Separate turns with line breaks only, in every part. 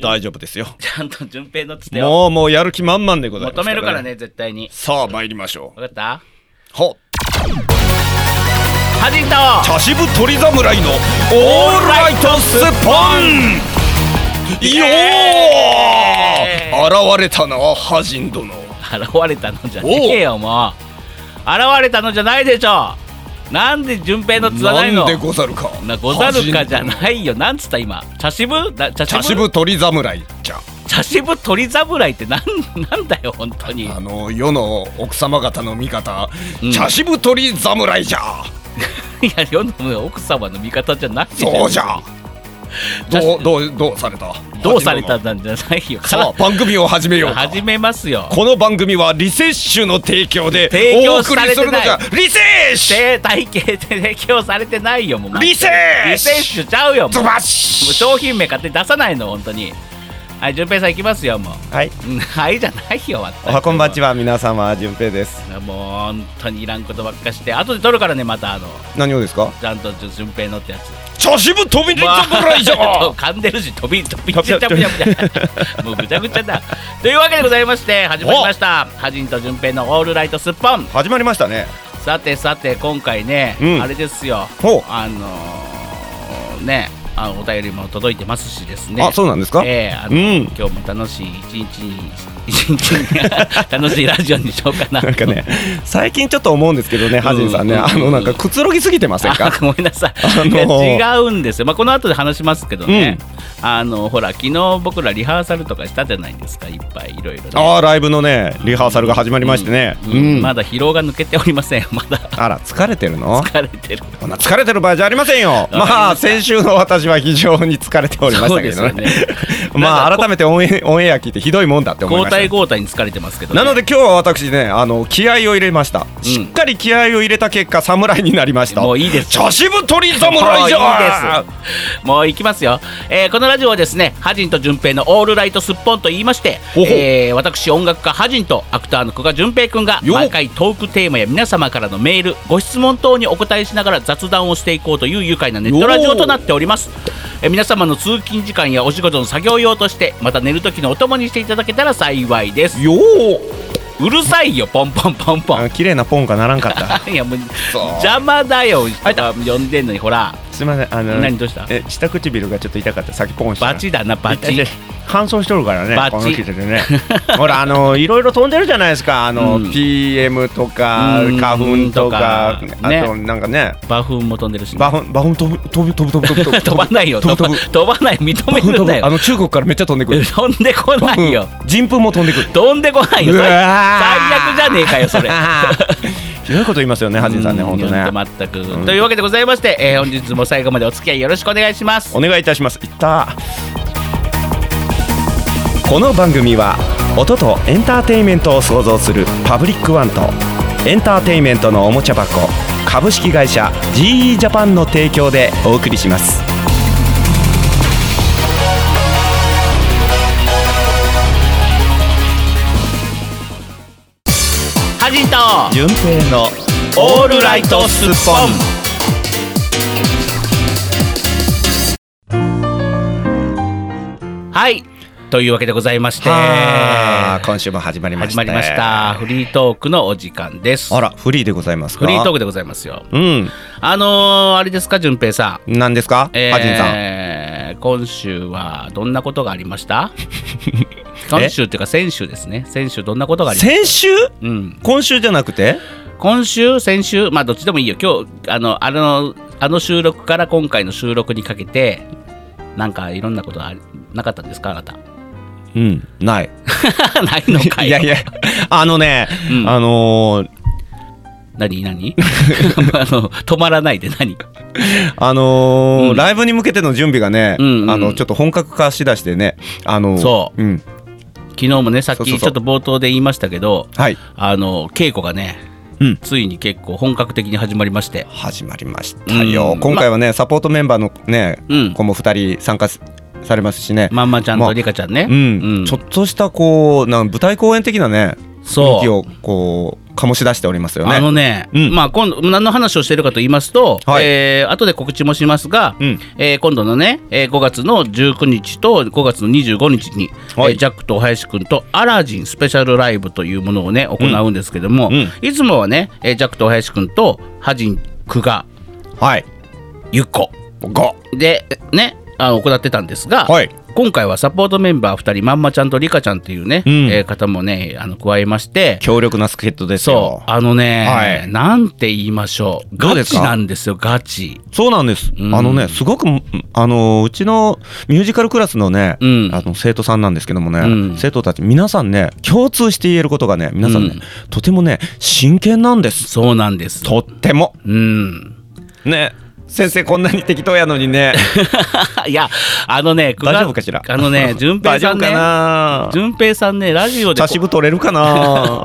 大丈夫ですよ
ちゃんと順平のつてを
もうもうやる気満々でございます
求めるからね絶対に
さあ参りましょう
分かった
ほ
ハジンと
茶渋鳥侍のオールライトスッポンよ
エ
ー現れたなハジン殿
現れたのじゃねえよもう現れたのじゃないでしょなんで順平のつわない
な
の
んでござるか
なござるかじゃ
い
ないよなんつった今茶渋だ茶
茶
渋
渋鳥侍じゃ
茶渋鳥侍ってなんなんだよ本当に
あの世の奥様方の味方、
うん
茶渋鳥侍じゃ
いや世の奥様の味方じゃないんだよ
そうじ ゃどうどうどうされた
どうされたんじゃないよ
さあ番組を始めようか
始めますよ
この番組はリセッシュの提供で
提
お
供
送
さ
り
れ
す
て
るの
ない
がリセッシュ
生体系で提供されてないよもう
リセッシュ
リセッシュちゃうよもう
ズ
も
バッ
う
シュ
商品名勝手に出さないの本当にはい順平さんいきますよも
はい、
う うんはいじゃないよ私
おはこんばんちは皆様順平です。
もう本当にいらんことばっかして後で取るからねまたあの
何をですか？
ちゃんと順平のってやつ
茶渋飛び出たぐらいじゃ
噛んでるし飛び飛びちゃぶちゃぶちゃ もうぐちゃぐちゃだというわけでございまして始まりましたはじんと順平のオールライトスッポン
始まりましたね。
さてさて今回ね、
うん
あれですよ
ほう
あのーねあのお便りも届いてますしですね
あ、そうなんですか？
ええあ
う
の
ん。
今日も楽しい一日に一日に 楽しいラジオにしようかな
なんかね、最近ちょっと思うんですけどね、ハジンさんね、
うん
あのなんかくつろぎすぎてません
あ
か？
ごめんなさい,、
あのー
いや違うんですよ、まあ、この後で話しますけどね、あのほら昨日僕らリハーサルとかしたじゃないですかいっぱいいろいろね
ああ、ライブのね、リハーサルが始まりましてね。
う
うんん。
まだ疲労が抜けておりません まだ
あら、疲れてるの？
疲れてる
こんな疲れてる場合じゃありません よ。
りました
まあ先週の私は非常に疲れておりましたけど
そう
ね
ですよ。
まあ改めてオンエオンエア聞いてひどいもんだって思い
交
ました
代
よ。
交代に疲れてますけどね、
なので今日は私ねあの気合を入れました、しっかり気合を入れた結果侍になりました
もういいです
茶渋鳥侍じゃ
もういいですもう行きますよ、えーこのラジオはですねハジンと順平のオールライトすっぽんと言いまして、
ほほ
えー私音楽家ハジンとアクターの古賀順平くんが
よ
毎回トークテーマや皆様からのメールご質問等にお答えしながら雑談をしていこうという愉快なネットラジオとなっております、えー皆様の通勤時間やお仕事の作業用としてまた寝る時のお供にしていただけたら幸いです
よ
うるさいよポンポンポンポン
う綺麗なポンがならんかった
いやもう
そう
邪魔だよ呼んでんのにほら
すいませんあの
何どうした
え下唇がちょっと痛かった先ポンした
バチ だなバ
い
チ
やいや乾燥しとるからね
バチ
この季節 ねほらあのいろいろ飛んでるじゃないですかあの、
うん
PM とか
うん
花粉とか
とかね
あとなんかね
バフンも飛んでるしね、
バフンバフン飛ぶ飛ぶ飛ぶ飛ぶ飛ぶ飛ぶ
飛ばないよ
飛
飛
ぶ
ば
飛ぶ
飛ばない認める
飛
んだ
ぶあ
よ
の中国からめっちゃ飛んでくる
飛んでこないよ
うん人糞も飛んでくる
飛んでこないよ
う
最
わー
悪じゃねえかよそれ
ひどいこと言いますよね、ハジンさんね、
う
本当ね。
ほんと全く、というわけでございまして、えー本日も最後までお付き合いよろしくお願いします
お願いいたします。いった。この番組は音とエンターテインメントを創造するパブリックワンとエンターテインメントのおもちゃ箱株式会社 GE ジャパンの提供でお送りします。
ハジンと
純平の
オールライトスッポンはいというわけでございまして
はあ今週も始まりまし
始
た
ま
ね。
りましたフリートークのお時間です
あら、フリーでございますか。
フリート
ク。
ークでございますよ
うん、
あのー、あれですか、淳平さん。
なんですか、ハジンさん。
えー今週はどんなことがありました 今週っていうか先週ですね。先週どんなことがありまし
先週？
た、うん、
今週じゃなくて？
今週、先週、まあどっちでもいいよ。今日、あの、あの、あの収録から今回の収録にかけて、なんかいろんなことありなかったんですか、あなた。
うん、ない。
ないのかい。
いやいや、あのね、
うん
あのー
何何 あの止まらないで何
あのーライブに向けての準備がね、
うんうん
あのちょっと本格化しだしてね、あのー、
そう
ん、
昨日もね、さっ
そうそう
きち
そう
ょっと冒頭で言いましたけど、
はい、
あの稽古がね、
うん
ついに結構本格的に始まりまして、
始まりましたよ。
うん
今回はね、サポートメンバーのね、
うん
子も二人参加すされますしね。
まんまちゃん
ま
と
あ
リカちゃんね、
うんちょっとしたこうなん舞台公演的なね
そう
雰囲気をこう醸し出しておりますよ
あの
ね。
ね、
うん
まあ今度何の話をしてるかと言いますと、
はい
えー後で告知もしますが、
うん
えー今度のね、えー5月の19日と5月の25日に、
はい
えージャックと林くんとアラジンスペシャルライブというものをね行うんですけども、
うんうん
いつもはね、えージャックと林くんとハジンクが
はい。
ゆっこ
五。
でねあの行ってたんですが、
はい
今回はサポートメンバー2人まんまちゃんとリカちゃんっていうね、
うん
えー方もねあの加えまして
強力な助っ人です
そ
よ
う。あのね、
はい
なんて言いましょう
どうで
ガ
すか
チなんですよガチ
そうなんです。
うん
あのね、すごく、うんあの、うちのミュージカルクラスのね、
うん
あの生徒さんなんですけどもね、
うん
生徒たち、皆さんね、共通して言えることがね、皆さんね、
うん
とてもね、真剣なんです。
そうなんです
とっても。
うん
ね、先生、こんなに適当やのにね、
いやあのね
大丈夫かしら。
あ のね順平
大丈
さん
夫か
ね
な。
順平さんねラジオで
茶渋取れるか な。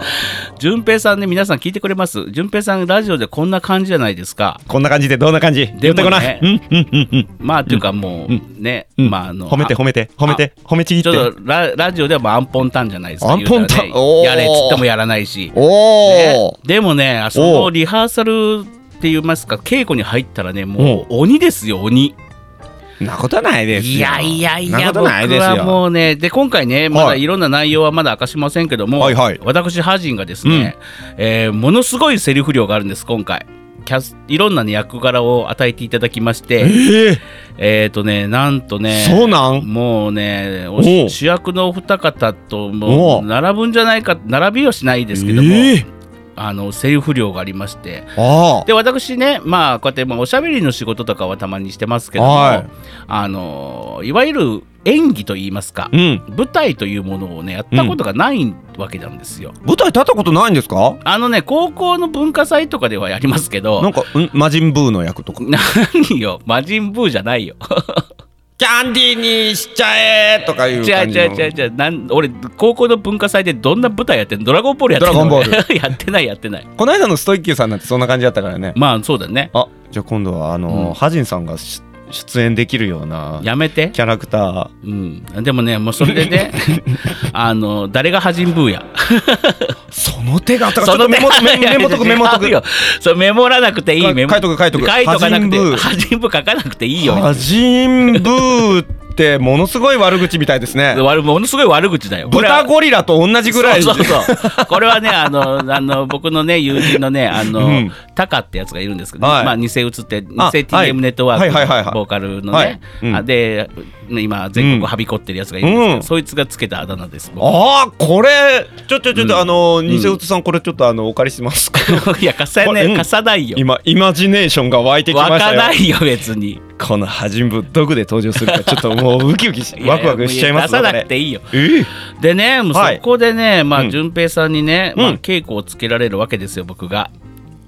順平さんね皆さん聞いてくれます順平さんラジオでこんな感じじゃないですか
こんな感じで、どんな感じ。言ってこな。
ね
うん、うん、うん、うん。
まあっていうかもうね、
うん
まああの
褒めて
あ
褒めて褒めて褒めちぎっ
ちょってとララジオではもうアンポンタンじゃないですか
アンポンタン
言うたらね
おー
やれっつってもやらないし
お
ね、でもねそ
お
の
う
リハーサルって言いますか稽古に入ったらねもう鬼ですよ鬼
おなことないですよ
いやいやい
な
や
こと
僕
ないです
は
よ
もうねで今回ねまだいろんな内容はまだ明かしませんけども、
はいはい
私ハジンがですね、えーものすごいセリフ量があるんです今回キャスいろんな、ね、役柄を与えていただきまして
ええ
えっ、とねなんとね
そうなん
もうねお
おう
主役のお二方と
お
も
う
う並ぶんじゃないか並びはしないですけども、
ええ
あのセリフ量がありまして
ああ
で私ねまあこうやってまあおしゃべりの仕事とかはたまにしてますけども、
はい
あのいわゆる演技といいますか、
うん
舞台というものをねやったことがないわけなんですよ。
舞台立ったことないんですか
あのね高校の文化祭とかではやりますけ
な
ど
んか、うん、魔人ブーの役とか
何よ魔人ブーじゃないよ。
キャンディーにしちゃえとかいう
違う
感じ
違う
の
違う違うなん俺高校の文化祭でどんな舞台やってんのドラゴンボールやってんの
ドラゴンボ
ール やってないやってない
この間のストイッキーさんなんてそんな感じだったからね
まあそうだね
あじゃあ今度はあの、
うん
ハジンさんがし出演できるような
やめて
キャラクタ
うんでもねもうそれでね あの誰がハジンブーや
ーその手があったからちょっとメモ メメモとくメモとく
違うよそうメモらなくてい
か
いメモ
書いとく書いとく
書いとか
ハ
なくて
ジンブー
ハジンブー書かなくていいよ
アジンブーってものすごい悪口みたいですね。
悪ものすごい悪口だよこれは
豚ゴリラと同じぐらい。
そうそうそうこれはねあのあの僕のね友人のねあの、
うん
タカってやつがいるんですけど、ね
はい
まあ偽映って偽
あはい
TM ネットワーク
はいはいはいは
の
い
ボーカルの
はい
ね
うん
あで今全国はびこってるやつがいるんですけど、
うん
そいつがつけたあだ名です僕
ああ、これ、ちょちょちょっ
うん
と、あの、ニセウツさん、これちょっと、あの、お借りしますか。
いや貸さ,、
これう
ね、
ん
貸さないよ
今、イマジネーションが湧いてきま
湧
した
か
よ。
ないよ別に
このハジンブー、どこで登場するか、ちょっともう、ウキウキし、ワクワクしちゃいます
や
ね。こ
や出さな
れ
くていいよ
ええ
でねもう
はい
そこでね、ま
う
あ
ん
順平さんにね、ま
う
あ、
ん
稽古をつけられるわけですよ僕が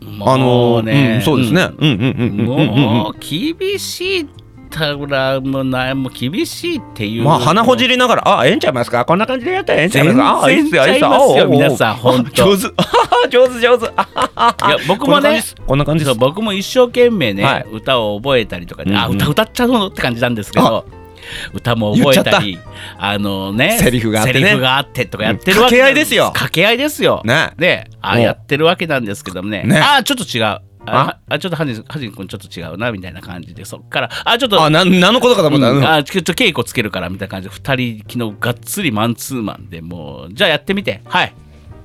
あ
も
の
うね、
うんそうですね。うんうんうんうんうんうん
もう厳しいったらもうなもう厳しいって
う
い
ん。
う
まあ、鼻ほじりながら、ああ、ええんちゃいますかこんな感じでやったらええんちゃいますかああ、いいっ
全然
すよ、いいっすよ。
ちゃいます
あ
よ
あ
皆さん
あ
ほんと
上手。ああ上手、上手。あ
いや僕もね
こんな感じ
そ
で
う
す。
僕も一生懸命ね、
はい
歌を覚えたりとかね、あ
うんうん
歌歌っちゃうのって感じなんですけど歌も覚えたりあのね
セリフがあってね
セリフがあってとかやってるわけ
うん掛け合いですよ
掛け合いですよ、
ね
であ
もう
やってるわけなんですけどもね
ね
あちょっと違うああちょっとハジンハジン君ちょっと違うなみたいな感じでそっからあちょっと
あ、なん、何のことかと思った。
う
うんん
あちょっと稽古つけるからみたいな感じで2人昨日がっつりマンツーマンでもうじゃあやってみてはい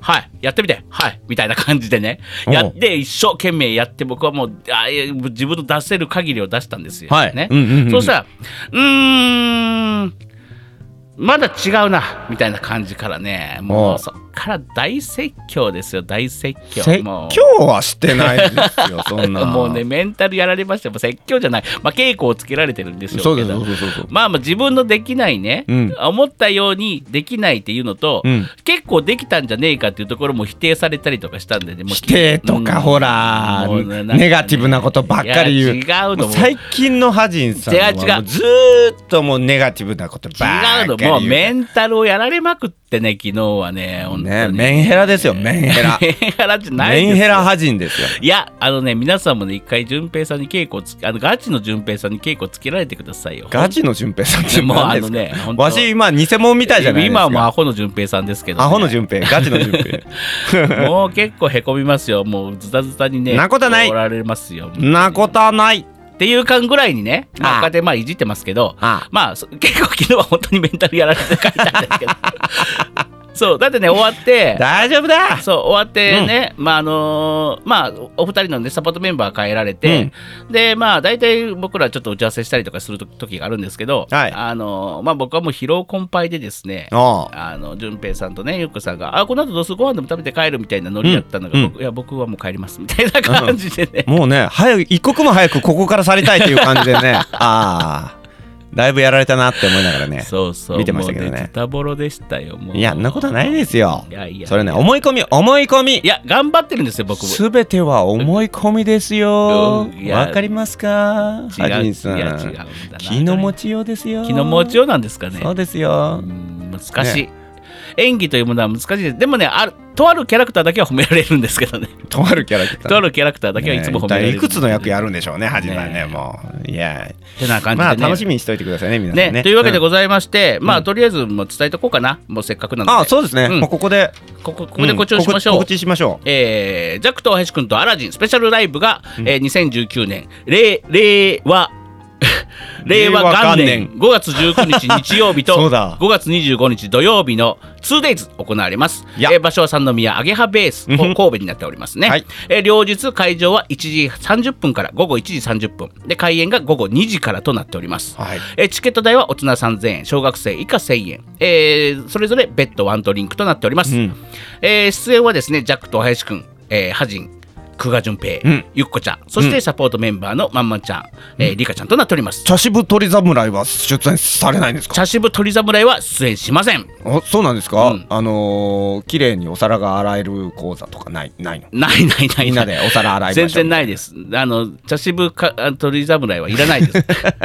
はいやってみてはいみたいな感じでね
うん
やって一生懸命やって僕はもうあいや自分の出せる限りを出したんですよ、
はい
ね
うんうんうんうん
そうしたらうーんまだ違うなみたいな感じからねも
お
う
う
そっから大説教ですよ大説教
説
もう
教はしてないですよ、そんな。
もうね、メンタルやられましたもう説教じゃない、まあ、稽古をつけられてるんでしょ
そううで
け
す、
ど
そうそうそうそう。
まあまあ自分のできないね、
うん
思ったようにできないっていうのと、
うん
結構できたんじゃねえかっていうところも否定されたりとかしたんでねもう
否定と
う
か、
ん
ほら
もうねなん、かね
ネガティブなことばっかり言う。
いや違うの
もう最近のハジンさんは
違う違う
もずーっともうネガティブなことばっかり
違う
言
のもうメ
ン
ンタルをやられまくってね昨日はね本当に
ねメンヘラですよメンヘラ
メンヘラじゃないです
メ
よ
ンヘラ派人ですよ
いやあのね皆さんもね一回順平さんに稽古をつあのガチの順平さんに稽古をつけられてくださいよ
ガチの順平さんって
もう
何で
あの
すか、
ね本当
わし今偽物みたいじゃないですか
今はもうアホの順平さんですけど、ね、
アホの順 平ガチの順平
もう結構へこみますよもうズタズタにね
なことない
おられますよ
なことはない
っていう感ぐらいにね、ま
あ
あ
あ
他でまあいじってますけど、
ああ
まあそ 結構昨日は本当にメンタルやられて書いたんです けど、そうだってね終わって、
大丈夫だ
そう終わってね、まああのーまあおお二人のねサポートメンバー変えられて、でまあ大体僕らちょっと打ち合わせしたりとかすると時があるんですけど、
はい
あのーまあ僕はもう疲労困憊でですね。
おう
あの順平さんとねゆっこさんが「あこの後どうするご飯でも食べて帰る」みたいなノリだったのが、
うん
僕いや僕はもう帰りますみたいな感じでね、
もうね早く一刻も早くここから去りたいっていう感じでねああだいぶやられたなって思いながらね
そうそう
見てましたけどね
もうズタボロでしたよもう
いやんなことないですよ
いやいや
それね思い込み思い込み
いや頑張ってるんですよ僕も
すべては思い込みですよ
うんいや
わかりますか
違う
ハジン
い
さ
や違うん
ん
だな
気の持ちようですよ
気の持ちようなんですかね
そうですよ
うん難しい、演技というものは難しいですでもねあるとあるキャラクターだけは褒められるんですけどね
とあるキャラクター
とあるキャラクターだけはいつも褒められる、
ね一体いくつの役やるんでしょうねはじめ
ね
ねもういや
ってな感じで、ね
まあ楽しみにしておいてくださいね皆さん
ね
ね
というわけで
ん
ございまして、まあとりあえずもう伝えとこうかなもうせっかくなので
あそうですね
うん
もうここで
ここここで告知をしましょう、
うん告知告知しましょう
えージャックと林くんとアラジンスペシャルライブが、えー2019年令令和令和元年
令
5月19日日曜日と
そうだ
5月25日土曜日の 2days 行われます、
いや
えー場所は三宮アゲハベース
うんう
神
ん
戸になっておりますね、
はい
えー両日会場は1時30分から午後1時30分で開演が午後2時からとなっております、
はい
えーチケット代は大人3000円小学生以下1000円、えーそれぞれ別途ワンドリンクとなっております、
うん
えー出演はですねジャックと林くん、えー、ハジン久我淳平、
うん
ゆっこちゃんそしてサポートメンバーのまんまんちゃん、えー、りかちゃんとなっております
茶渋鳥侍は出演されないんですか
茶渋鳥侍は出演しません
あそうなんですか、
うん
あのー綺麗にお皿が洗える講座とかないないの
ないないない
みんなでお皿洗いましょ
全
う
然ないです。あの茶渋かあ鳥侍はいらな いです。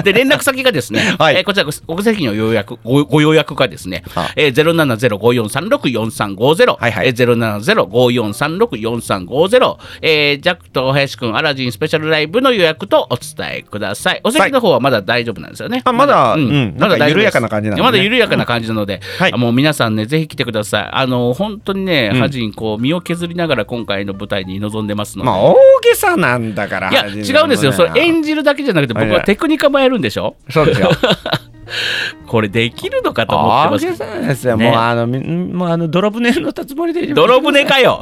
で連絡先がですね、
はい
えーこちらお席の予約ごご予約がですね
あ、
えゼロ七ゼロ五四三六四三五ゼロ
はいはい、
ゼロ七ゼロ五四三六四三五ゼロ、えージャックと林くんアラジンスペシャルライブの予約とお伝えください。お席の方はまだ大丈夫なんですよね。
あまだ
う
うん
ん
な
まだ
んか
大
緩
丈夫で
や
す
かな感じなんでね
まだ緩やかな感じなので
はい、
あもう皆さんねぜひ来てください。あの本当にね、
うん
ハジンこう身を削りながら今回の舞台に臨んでますので。
まあ大げさなんだから
いや
恥ず
違うんですよ、それ演じるだけじゃなくて、
い
僕
やい
は
や
テクニカもやるんでしょ、
そう ですよ
これできるのかと
大
思って
げ
ます。
さなんですよ、
ね
もうあのみもうあの泥船の立つもりで
泥船かよ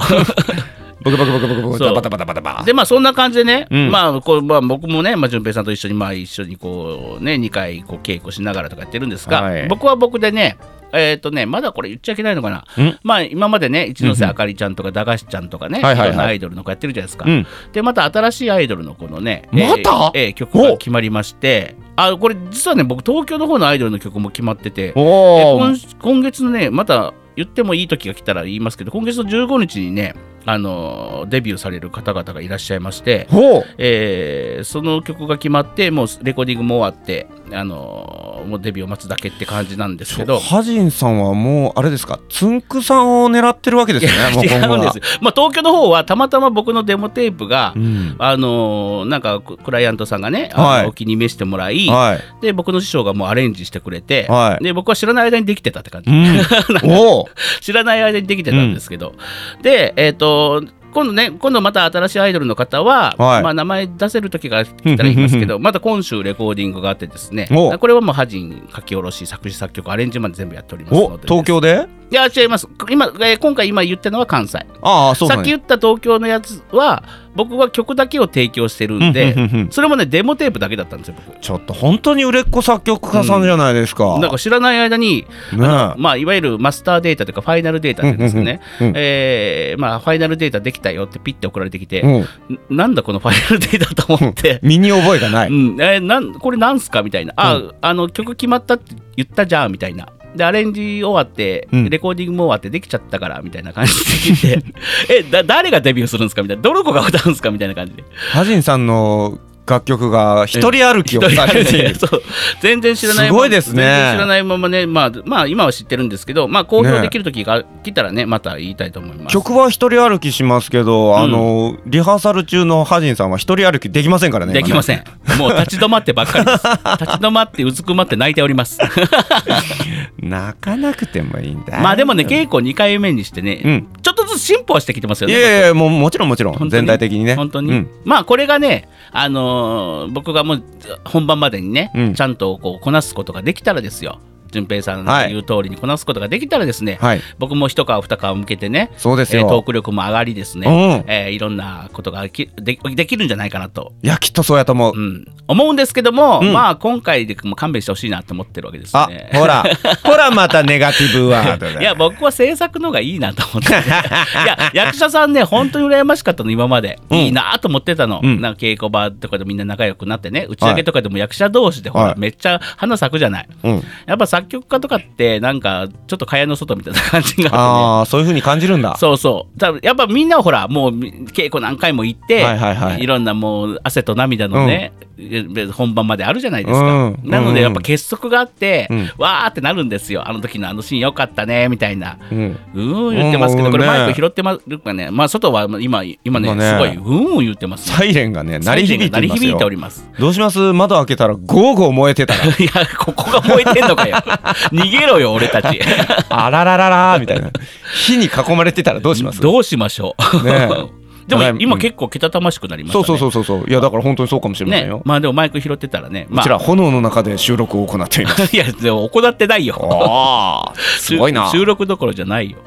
ボクボクボクボクボク
そう
バタバタバタバタ
でまあそんな感じでね、
うん
まあこうまあ、僕もね、まあ、順平さんと一緒に、まあ、一緒にこうね2回こう稽古しながらとかやってるんですが、
はい
僕は僕でねえっ、とねまだこれ言っちゃいけないのかな、
ん
まあ今までね一ノ瀬あかりちゃんとか駄菓子ちゃんとかね、
はいはいはい
ろんなアイドルの子やってるじゃないですか、
うん
でまた新しいアイドルのこのね
また
えーえー曲が決まりましてあこれ実はね僕東京の方のアイドルの曲も決まっててえ
お
今
ー
し今月のねまた言ってもいい時が来たら言いますけど今月の15日にね、あのーデビューされる方々がいらっしゃいまして、
ほう
えーその曲が決まってもうレコーディングも終わって、あのーもうデビューを待つだけって感じなんですけど。
ハジンさんはもうあれですかつんくさんを狙ってるわけですよ ねも
違
今後
うん
は
ですよ、まあ、東京の方はたまたま僕のデモテープが、
うん
あのーなんかククライアントさんがね、あの
はい
お気に召してもらい、
はい
で僕の師匠がもうアレンジしてくれて、
はい
で僕は知らない間にできてたって感じ、
うん、おー
知らない間にできてたんですけど、でえっ、と今度ね今度また新しいアイドルの方は、
はい
まあ、名前出せる時が来たら言いますけどまた今週レコーディングがあってですね
お
これはもうハジン書き下ろし作詞作曲アレンジまで全部やっておりますので
お東京で
いや違います今、えー今回今言ったのは関西
ああそう
さ
な
っ
ん
き
や
言った東京のやつは僕は曲だけを提供してるんで
うんうんうんうん
それもねデモテープだけだったんですよ僕
ちょっと本当に売れっ子作曲家さんじゃないですか、
なんか知らない間に
ねえ
まあ、いわゆるマスターデータというかファイナルデータって言うんですよね、
うんうんうん
えーまあ、ファイナルデータできたよってピッて送られてきて、
うん
んなんだこのファイナルデータと思って、
身に覚えがない、
うんえーなんこれなんすかみたいなあ、あの曲決まったって言ったじゃんみたいな。でアレンジ終わって、
うん
レコーディングも終わってできちゃったからみたいな感じ で聞いてえだ誰がデビューするんですかみたいなどの子が歌うんですかみたいな感じで
ハジンさんの楽曲が一人歩きをされてい る
そう全然知らない
すごいですね
全然知らないままね、まあ、まあ今は知ってるんですけど、まあ、公表できる時が来たらねまた言いたいと思います。
曲は一人歩きしますけど、
ん
あのリハーサル中のハジンさんは一人歩きできませんからね
できませ
ん
ん。もう立ち止まってばっか りです。立ち止まってうずくまって泣いております。
泣かなくてもいいんだ
まあでもね稽古2回目にしてね、
うん
ちょっとずつ進歩はしてきてますよ
い
ね。
やいやいやもうもちろんもちろ
本当
ん
に
全体的にね
本当に、
うん
まあこれがね、あのー僕がもう本番までにね、
うん
ちゃんとこうこなすことができたらですよ順平さんの言う通りにこなすことができたらですね、
はい
僕も一皮二皮向けてね
そうですよ
えートーク力も上がりですね、
うん
えーいろんなことがきでできるんじゃないかなと、
いやきっとそうやと思う、
うん、思うんですけども、
うん
まあ今回でも勘弁してほしいなと思ってるわけです
あ
ね。
ほらほらまたネガティブワードだ
いや僕は制作の方がいいなと 思って、ね、いや役者さんね本当に羨ましかったの今まで、
うん
いいなと思ってたの、
うん
なんか稽古場とかでみんな仲良くなってね打ち上げとかでも役者同士でほら、
はい
めっちゃ花咲くじゃない
うん
やっぱ作曲家とかってなんかちょっと蚊帳の外みたいな感じがあってね
ああそういう風に感じるんだ
そうそう多分やっぱみんなほらもう稽古何回も行って、
はいはいはい
ろんなもう汗と涙のね、本番まであるじゃないですか、
うん
なの
うん
でやっぱ結束があって、
うん
わーってなるんですよあの時のあのシーンよかったねみたいな、
うん
うーん言ってますけど、
うん
これ
ね
マイク拾ってますかね、まあ、外は今、今ね、
今ね
すごい、うーん言ってます。
サイレンがね鳴り響いて
鳴り
います
響い
よ
ております。
どうします窓開けたらゴーゴー燃えてたら
いや、ここが燃えてんの かよ。逃げろよ、俺たち。
あららららーみたいな火に囲まれてたらどうします
どうしましょう。
ね
でも
ただ、
今
うん
結構けたたましくなりました
そ
ね。
うそうそうそうそういやだから本当にそうかもしれない
ね
よ、、
まあでもマイク拾ってたらね、ま
こ
あ、
ちら炎の中で収録を行ってい ます
いや、でも行ってないよ。
ああすごいな
収収録どころじゃ ないよ。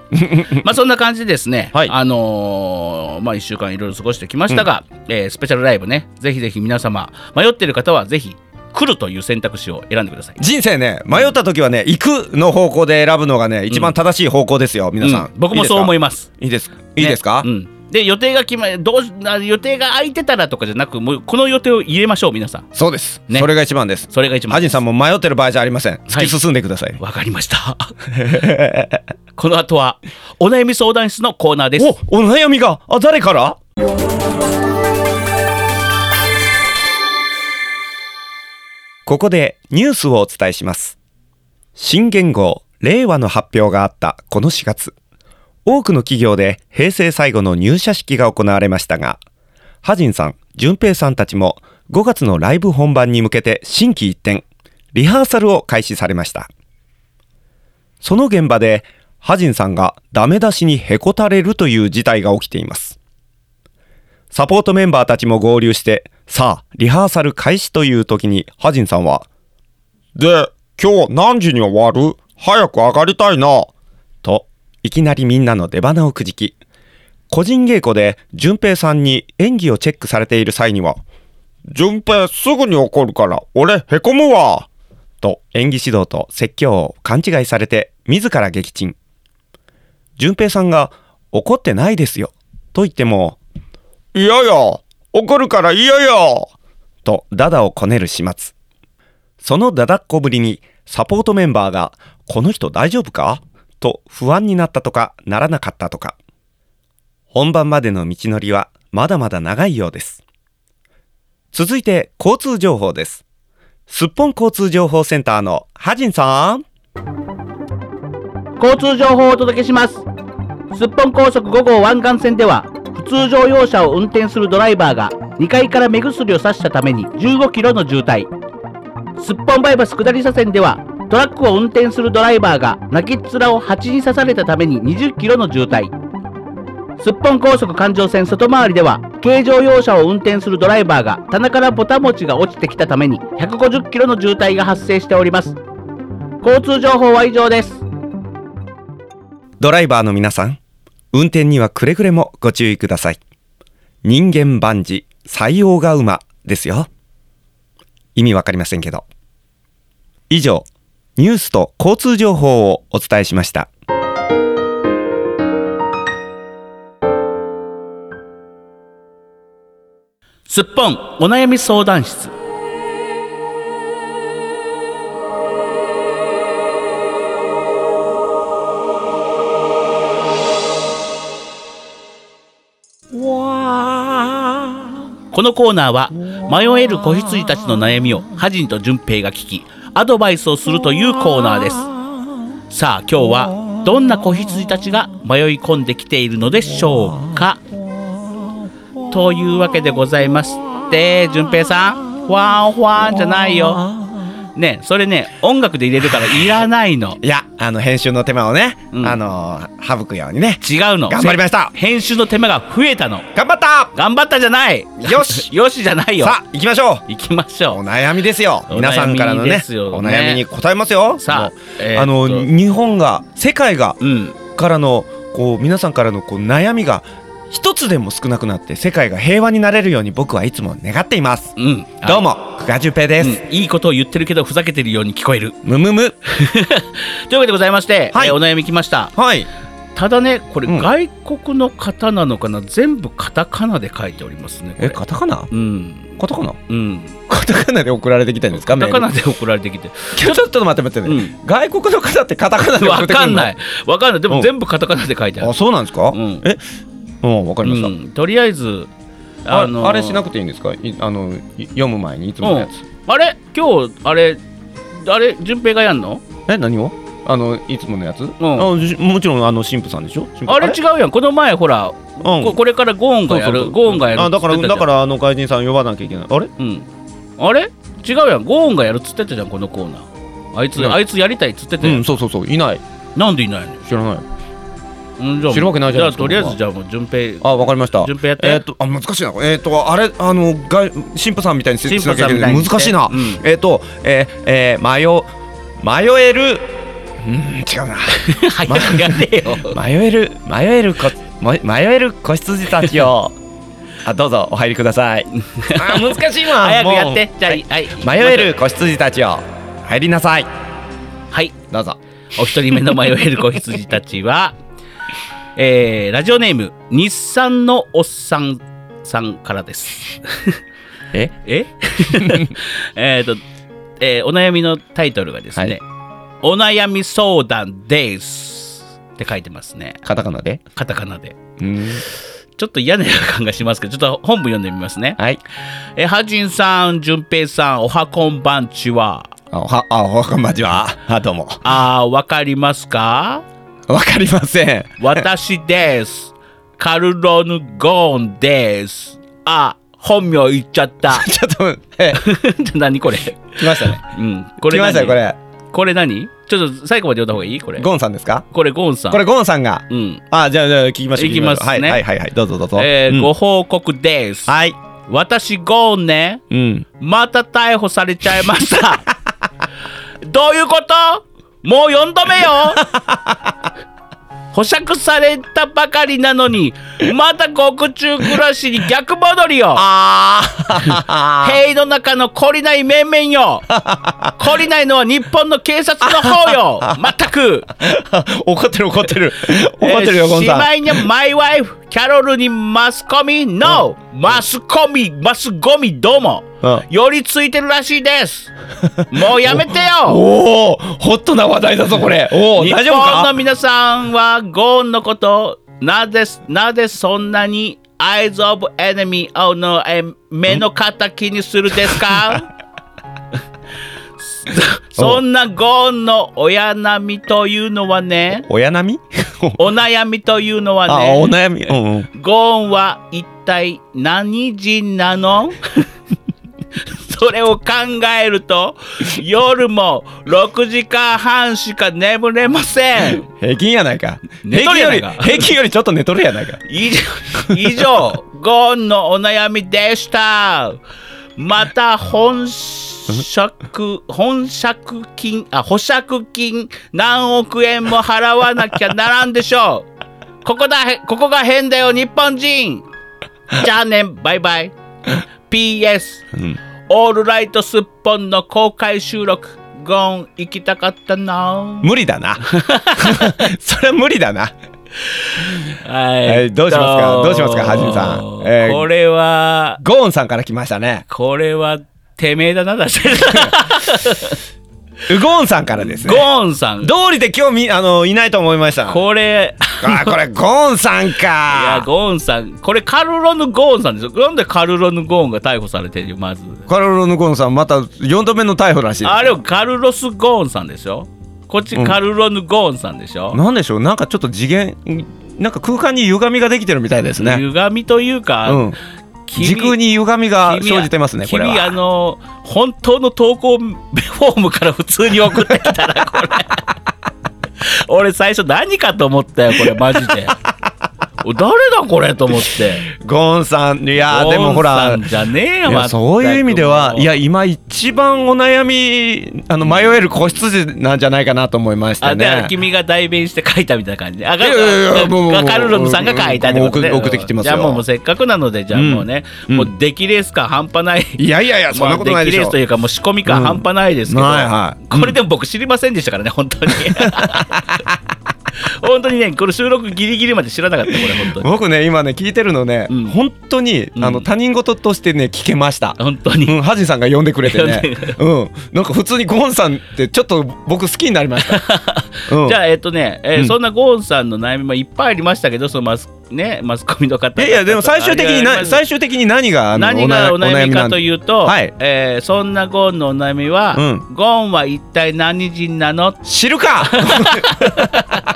まあそんな感じでですね、
はい
あのーまあ1週間いろいろ過ごしてきましたが、えースペシャルライブね、ぜひぜひ皆様、迷っている方はぜひ来るという選択肢を選んでください。
人生ね迷った時はね行くの方向で選ぶのがね一番正しい方向ですよ、皆さん、
うん僕もそう思
い
います。
いですかいいですか、
ねうんで予定が決まどうしあ予定が空いてたらとかじゃなくもうこの予定を入れましょう皆さん
そうです、
ね
それが一番です
それが一番
ハジ
で
ン
す
さんも迷ってる場合じゃありません突き進んでください、
わかりました この後はお悩み相談室のコーナーです
おお悩みがあ誰からここでニュースをお伝えします新元号令和の発表があったこの4月多くの企業で平成最後の入社式が行われましたがハジンさん、淳平さんたちも5月のライブ本番に向けて心機一転リハーサルを開始されましたその現場で、ハジンさんがダメ出しにへこたれるという事態が起きています。サポートメンバーたちも合流して、さあ、リハーサル開始という時に、ハジンさんは、で、今日何時に終わる早く上がりたいな。と、いきなりみんなの出花をくじき、個人稽古で淳平さんに演技をチェックされている際には、淳平すぐに怒るから俺へこむわと演技指導と説教を勘違いされて自ら撃沈淳平さんが「怒ってないですよ」と言っても「いやよ怒るから嫌よ」とダダをこねる始末そのダダっこぶりにサポートメンバーが「この人大丈夫か?」と不安になったとかならなかったとか本番までの道のりはまだまだ長いようです続いて交通情報ですすっぽん交通情報センターのハジンさん
交通情報をお届けしますすっぽん高速5号湾岸線では普通乗用車を運転するドライバーが2階から目薬をさしたために15キロの渋滞すっぽんバイパス下り車線ではトラックを運転するドライバーが泣きっ面を蜂に刺されたために20キロの渋滞すっぽん高速環状線外回りでは軽乗用車を運転するドライバーが棚からぼた餅が落ちてきたために150キロの渋滞が発生しております交通情報は以上です
ドライバーの皆さん運転にはくれぐれもご注意ください人間万事採用が馬ですよ意味わかりませんけど以上ニュースと交通情報をお伝えしました
すっぽんお悩み相談室このコーナーは迷える子羊たちの悩みをハジンと順平が聞きアドバイスをするというコーナーですさあ今日はどんな子羊たちが迷い込んできているのでしょうかというわけでございまして順平さんフワンフワンじゃないよねそれね音楽で入れるからいらないの
いやあの編集の手間をね、
うん
あの省くようにね
違うの
頑張りました
せ編集の手間が増えたの
頑張った
頑張ったじゃない
よし
よしじゃないよ
さあ行きましょう
行きましょ
お
う
悩みですよ
お悩み
皆さんからのね
ですよね
お悩みに答えますよ
さあ
もう
えーっと
あの日本が世界が
うん
からのこう皆さんからのこう悩みが一つでも少なくなって世界が平和になれるように僕はいつも願っています
うん
どうも久我淳平で
うん
す
いいことを言ってるけどふざけてるように聞こえる
むむむ
というわけでございまして、
はい
えーお悩みきました
はい
ただねこれ、
うん
外国の方なのかな全部カタカナで書いておりますねこれ
えカタカナ
うん
カタカナ
うん
カタカナで送られてきたんですか
カタカナ
メ
で送られてきて
ールちょっと待って待って待って、外国の方ってカタカナで送っ
わ
てく
か
るの
んないわかんないで
う
も
ん
全部カタカナで書いてあ
あ
る
そうなんですか、
うん
えうんわかりました、
うんとりあえず
あ
のー
あれしなくていいんですかいあのい読む前にいつものやつ、
あれ今日あれあれ順平がやんの
え何をあのいつものやつ、うんあじもちろんあの神父さんでしょ神父
あれ違うやんこの前ほら、
うん
ここれからゴーンがやるゴーンがやる
あだから
っつってたじ
だ
ゃん
からあの外人さん呼ばなきゃいけないあれ
うんあれ違うやんゴーンがやるっつってたじゃんこのコーナーあいつ、
うん
あいつやりたいっつって
う
て、
んそうそうそういない
なんでいないの
知らない
うんじゃあ
知るわけないじゃないですか
とりあえずじゃあもう順平
あわかりました
順平やって
えーっとあ難しいなえーっとあれあの外神父さんみたいにし
神
しな
父
きゃいけ
さんみた
ないい
に
難
し
し
て
いな、
うん
えーっとえーえー迷う迷えるうん違うな
早くやれよ
迷える迷えるこ迷迷える子羊たち よあどうぞお入りくださいあ難しい わ
早くやっ
も
てじゃあ、はい、
う迷える子羊たちよ入りなさい
はい
どうぞ
お一人目の迷える子羊たちは、 えー、ラジオネーム日産のおっさんさんからです。
え
ええっと、えーお悩みのタイトルがですね、お悩み相談ですって書いてますね。
カタカナで
カタカナで。
うん
ちょっと嫌な予感がしますけど、ちょっと本文読んでみますね。
はい
えー、はじんさん、じゅんぺいさん、おはこんばんちは。
あおはあおはこんばんちはあどうも
あー、わかりますか
わかりません
私です。カルロヌ・ゴーンです。あ、本名言っち ゃった。
ちょっとえ
何これ。
来ましたね
うん、 これ
来ま
何
したよこれ
これ何ちょっと最後まで読んだ方がいいこれ。
ゴンさんですか
これゴーンさん。
これゴンさんが
うん。
あじゃあじゃあ聞きましょう
行きますね
聞はいはいはいはいどうぞどうぞ
えー
うん
ご報告です。
はい
私ゴーンね。
うん
また逮捕されちゃいま した。どういうこともう4度目よ保釈されたばかりなのに、また獄中暮らしに逆戻りよ
ああ
塀の中の懲りない面々よ懲りないのは日本の警察の 方よまったく
怒ってる怒って る怒ってるよ
えー
ゴン
し
さん
まいにはマイワイフキャロルにマスコミ NO マスコミマスゴミどうも
うん
寄りついてるらしいですもうやめてよ
おおホットな話題だぞこれおお
日
大丈夫
本の
か
皆さんはゴーンのことなぜなぜそんなに Eyes of Enemy をのえ目の敵にするですか そんなゴーンの親並みというのはね
親並み
お悩みというのは
あお
ね
悩みうんうん
ゴーンは一体何人なの それを考えると夜も6時間半しか眠れません
平均やないか
寝
平
と
均
るや
よ
ない
り
か
平均よりちょっと寝とるやないか
以上以上ゴーンのお悩みでしたまた本釈本釈金あ保釈金何億円も払わなきゃならんでしょうここだへここが変だよ日本人じゃあねバイバイ PS
うん
オールライトすっぽんの公開収録ゴーン行きたかったな
無理だなそれは無理だな
は
はいどうしますかどうしますかはじめさんえー
これは
ゴーンさんから来ましたね
これはてめえだなだって
ウゴーンさんからですね
ゴーンさん。
道理で今日みあのいないと思いました
これ、
あこれゴーンさん
いや、
か
ゴーンさん、これカルロヌ・ゴーンさんですよ。なんでカルロヌ・ゴーンが逮捕されてるまず。
カロロヌゴーンさんまた4度目の逮捕らしいです
あれをカルロス・ゴーンさんですよ。こっちカルロヌ・ゴーンさんでしょ。
なんでしょうなんかちょっと次元なんか空間に歪みができてるみたいですね、
歪みというか、
うん、
君
時空に歪みが生じてますねこ
君
れ
君あ
は
の本当の投稿フォームから普通に送ってきた らこれ俺最初何かと思ったよこれマジで お誰だこれと思って
ゴーンさんいやー
ゴーン
でもほ
さ
ら
んじゃねえ
いや
よ
そういう意味では
全くもう
いや今一番お悩みあの迷える子羊なんじゃないかなと思いまし
あ
た
で
ね。
君が代弁して書いたみたいな感じねあ
いやいやいや
が
もうもう
がカルロムさんが書いたってことね
もう送送ってきてますよ
じゃあもうもうせっかくなのでじゃあもうね、
うん
もう出来レース感半端ない
いやいやいやそんなことないでし
まあ、出来レー
ょ
スと。いうかもう仕込み感半端ないですけど、
うんないはい
これでも僕知りませんでしたからね 本当に本当にねこの収録ギリギリまで知らなかったこれ本当に
僕ね今ね聞いてるのね
うん
本当に
うん
あの他人事としてね聞けました。
本当に、
うんハジさんが呼んでくれてね
呼ん。
うんなんか普通にゴーンさんってちょっと僕好きになりました。 うん
じゃあえっ、とね、えー
うん
そんなゴーンさんの悩みもいっぱいありましたけどそのマス,、ね、マスコミの方
いやいやでも最終的に
あり
な
ました
最終的に何があの
何がお悩み
な
か
ん
というと、
はい
えーそんなゴーンのお悩みは、
う
ゴーンは一体何人なの
知る か。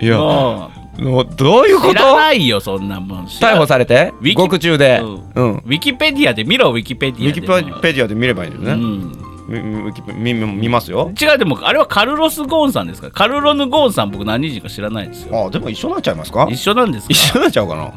いや
も
もうどういう
う
こ
知
と？
らないよそんなもん知 ら
逮捕されて
ウィキ
獄中で、
うん
うんウ
ウィキペディアで見ろウィキペディア
ィキ
でも
ペディアで見ればいいんだ
う
よね、
ん
みみウィキペみみ見ますよ
違うでもあれはカルロス・ゴーンさんですからカルロヌ・ゴーンさん僕何人か知らないですよ
あでも一緒になっちゃいますか
一緒なんですか
一緒になっちゃうかな、
う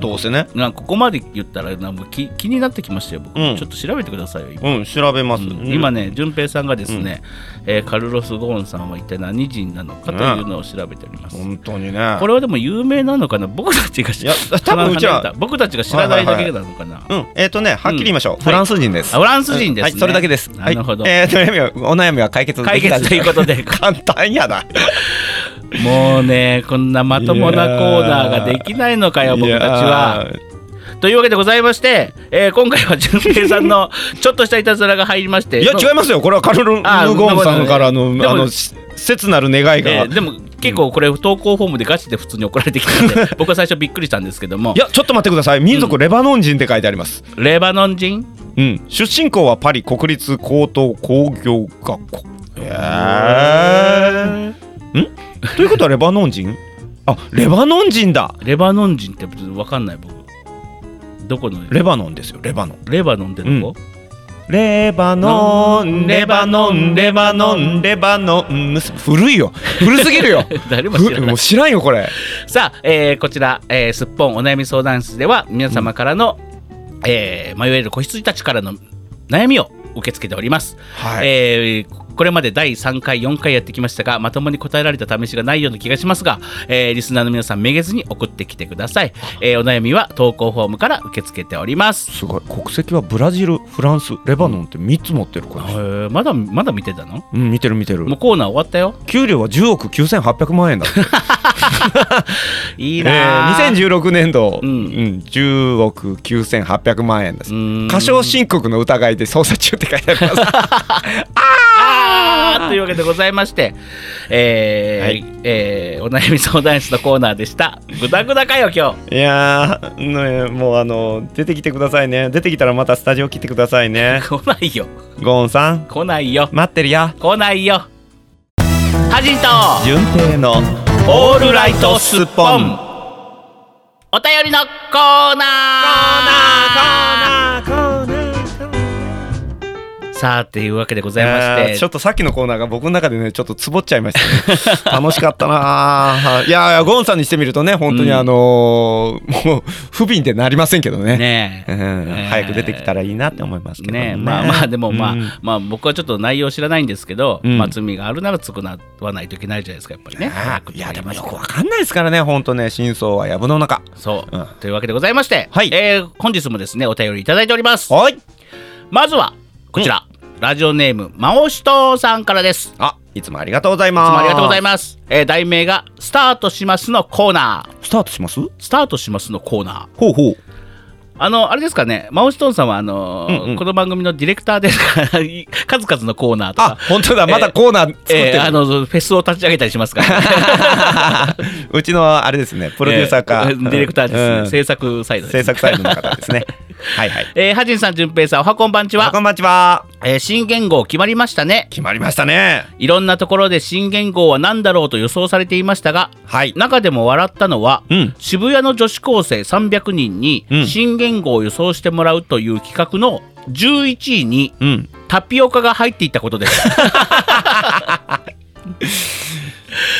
どうせね
ん、なんかここまで言ったらなんか気気になってきましたよ僕、
うん
ちょっと調べてくださいよ今,
うん調べます、
うん、
うん
今ね順平さんがですね、えーカルロス・ゴーンさんは一体何人なのかというのを調べております、
本当にね
これはでも有名なのかな僕たちが知
いや多 分うちは
離れた僕たちが知らないだけなのかな、
うんえっ、とねはっきり言いましょう、
うん
フランス人です、
あフランス人ですね、
はいそれだけです
なるほど、
はい、えーと悩みはお悩みは解決できた
解決ということで
簡単やな
もうねこんなまともなコーナーができないのかよ僕たちは。というわけでございまして、えー今回は純平さんのちょっとしたいたずらが入りまして
いやいや違いますよこれはカルル・ヌ
あー
ゴーンさんからの
でも
あのし切なる願いが、
えーでも結構これ投稿フォームでガチで普通に怒られてきた んで僕は最初びっくりしたんですけども
いやちょっと待ってください民族レバノン人って書いてあります、
レバノン人
うん、出身校はパリ国立高等工業学校。えんということはレバノン人あレバノン人だ
レバノン人って分かんない僕どこのレ
レバノンですよレバノン。
バノンってどこ、
レバノンレバノンレバノンレバノン古いよ古すぎるよ
誰も知ら
ふ
な
も
いう
知らんよこれ
さあ、えーこちら、えーすっぽんお悩み相談室では皆様からの、えー迷える子羊たちからの悩みを受け付けております、
はい
えーこれまで第3回4回やってきましたがまともに答えられた試しがないような気がしますが、えーリスナーの皆さんめげずに送ってきてください、えーお悩みは投稿フォームから受け付けております
すごい国籍はブラジルフランスレバノンって3つ持ってるか
え
ら、
ーまだまだ見てたの
うん見てる見てる
もうコーナー終わったよ
給料は10億9800万円だって
い
え
いなー、
ー、2016年度、う
う
んん10億9800万円です
うーん
過少申告の疑いで捜査中って書いてあります
あーというわけでございまして、えーえーお悩み相談室のコーナーでした。ぐだぐだかよ、今 日。
いやー、ね、もうあの出てきてくださいね出てきたらまたスタジオ来てください ね
来ないよ、
ゴーンさん
来ないよ、
待ってるよ
来ないよ。はじんと、
順平の
オールライトスッポン。お便りのコーナー
コーナーコーナー
さあ、というわけでございま
あ
し
ー
て、
ちょっとさっきのコーナーが僕の中でねちょっとつぼっちゃいましたね、 楽しかったなあいやいやゴーンさんにしてみるとね本当にあのーもう不憫でなりませんけどね
ね
う
え
ん早く出てきたらいいなって思いますけど
ね
ね。
えまあまあでもまあ、
うん
まあ僕はちょっと内容知らないんですけど、
うん
まあ罪があるなら償わないといけないじゃないですかやっぱりね。
ああいやでもよくわかんないですからね、本当ね、真相は藪の中。
そう、
うん
というわけでございまして、
はい
えー本日もですねお便りいただいております
はい。
まずはこちら、ラジオネームマオシトさんからですいつ
あ、いつもありがとうございます。
もありがとうござい
ま
ます、えー題名が「スタートします」のコーナー
す。スタートします？
「スタートします」のコーナー
ほうほう。
「あの、あれですかね、マオシトンさんは、あのー
うんうん
この番組のディレクターです から、い数々のコーナーと
あ
か、
本当だまだコーナー作ってる、
えーあの、フェスを立ち上げたりしますから、ね、
うちのあれです ねプロデューサーか、
え ディレクターですね、
うん
制作サイドです、ね。
制作サイドの方ですね はいはい
えー、ハジンさん、ジュンペイさん、おはこんばんち
あ
は
こ。んばんちは
えー新元号決まりましたね。
決まりましたね
いろんなところで新元号は何だろうと予想されていましたが、
はい
中でも笑ったのは、
うん
渋谷の女子高生300人に
うん
新元号を予想してもらうという企画の11位に
うん
タピオカが入っていたこと です。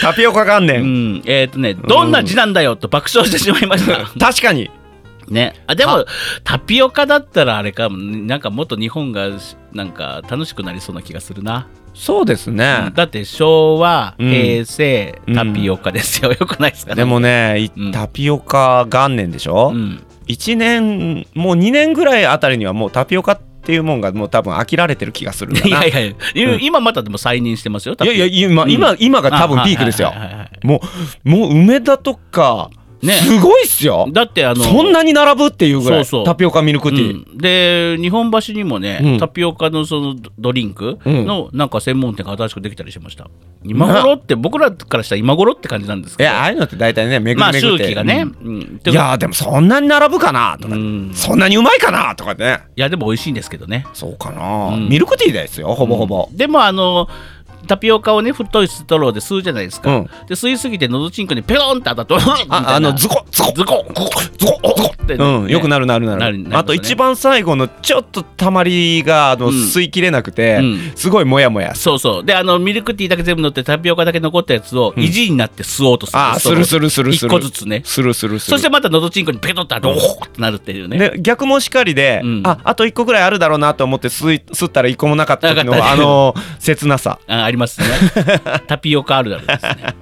タピオカ元
う
年、
ん、えっ、とね、どんな字なんだよと爆笑してしまいました。
確かに
ね、あでもタピオカだったらあれかもなんかもっと日本がしなんか楽しくなりそうな気がするな、
そうですね、
だって昭和、
うん
平成
うん
タピオカですよ、よくないですかね
でもね、い
うん
タピオカ元年でしょ、
うん、
一年もう2年ぐらいあたりにはもうタピオカっていうもんがもう多分飽きられてる気がするんだない
やいやいや、
うん
今またでも再任してますよタ
い
ピオ
や
カ
いや今、
うん
今今が多分ピークですよ
あはいはいはいはい
もうもう梅田とか、
ね
すごいっすよ
だってあの
そんなに並ぶっていうぐらい
そうそう
タピオカミルクティー、
うんで日本橋にもね、
うん
タピオカのそのドドリンク
うん
のなんか専門店が新しくできたりしました、今頃って僕らからしたら今頃って感じなんです
い
けど
やああいうのって大体ねめぐ
まあ
めぐ
周
って、
期がね、
うん
うん
いやでもそんなに並ぶかなとか、
うん
そんなにうまいかなとかね
いやでも美味しいんですけどね
そうかな、
うん
ミルクティーですよほぼほぼ、
でもあのタピオカをね太いストローで吸うじゃないですか、
うん
で吸いすぎて喉チンコにペロンって当たって みたいな
ああのズコズコ
ズコ
ズコズコ
ってね
うん、よくなるなるなる
なるなりますね
あと一番最後のちょっとたまりがあの、
うん
吸いきれなくて、
うん
すごいモヤモヤ
そうそうであのミルクティーだけ全部乗ってタピオカだけ残ったやつを意地になって吸おうとする、
あーするするするする
1個ずつね
するするす
そ
る
してまた喉チンコにペロッと当たっておーってなるっていうね
で逆もしかりで、
うん
ああと1個ぐらいあるだろうなと思って吸い吸ったら1個もなかった時の
なかった
あの切なさ
ああり ますねタピオカあるあるですねじゃあ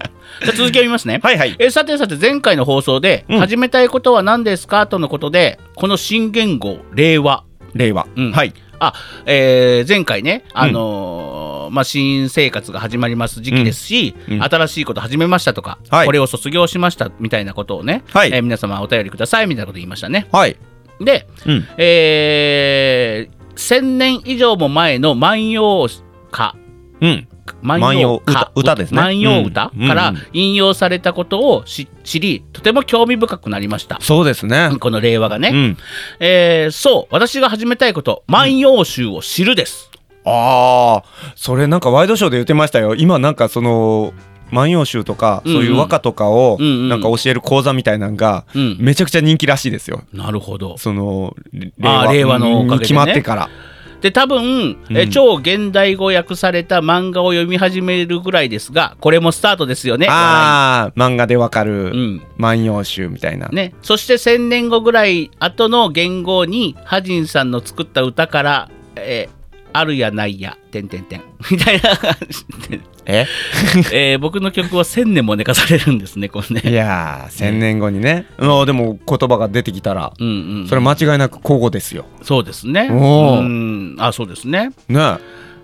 続きを読みますね
はいはい
えさてさて前回の放送で、
うん
始めたいことは何ですかとのことでこの新言語令和
令和、
うん
はい
あ、えー前回ね、あのーまあ、新生活が始まります時期ですし、
うんうん
新しいこと始めましたとか、
はい
これを卒業しましたみたいなことをね、
はい
えー皆様お便りくださいみたいなこと言いましたね。
はい、
で、
うん、
えー、1000年以上も前の万葉歌
うん
万葉歌
歌歌ですね
万葉歌
うん
か
う
ら
んうん
引用されたことをし知りとても興味深くなりました
そうですね
この令和がね、
うん
えーそう私が始めたいこと「万葉集を知る」です、
ああそれなんかワイドショーで言ってましたよ今なんかその「万葉集」とか、
うんうん
そういう和歌とかを
うんうん
なんか教える講座みたいなのが
うん
めちゃくちゃ人気らしいですよ
なるほど
そのれ
あー令和のおかげでね
に決まってから
で多分、え
うん
超現代語訳された漫画を読み始めるぐらいですがこれもスタートですよね
ああ漫画でわかる
笑いうん
「万葉集」みたいな、
ね、そして1000年後ぐらい後の元号にハジンさんの作った歌から「えーあるやないや」てんてんてん みたいな感じで、
え
えー僕の曲は1000年も寝かされるんですねこれ
い
ね。
やー千年後にね、あーでも言葉が出てきたら
うんうん、
それ間違いなく交互ですよ
そうですね。
おー
うんあそうですね。
ね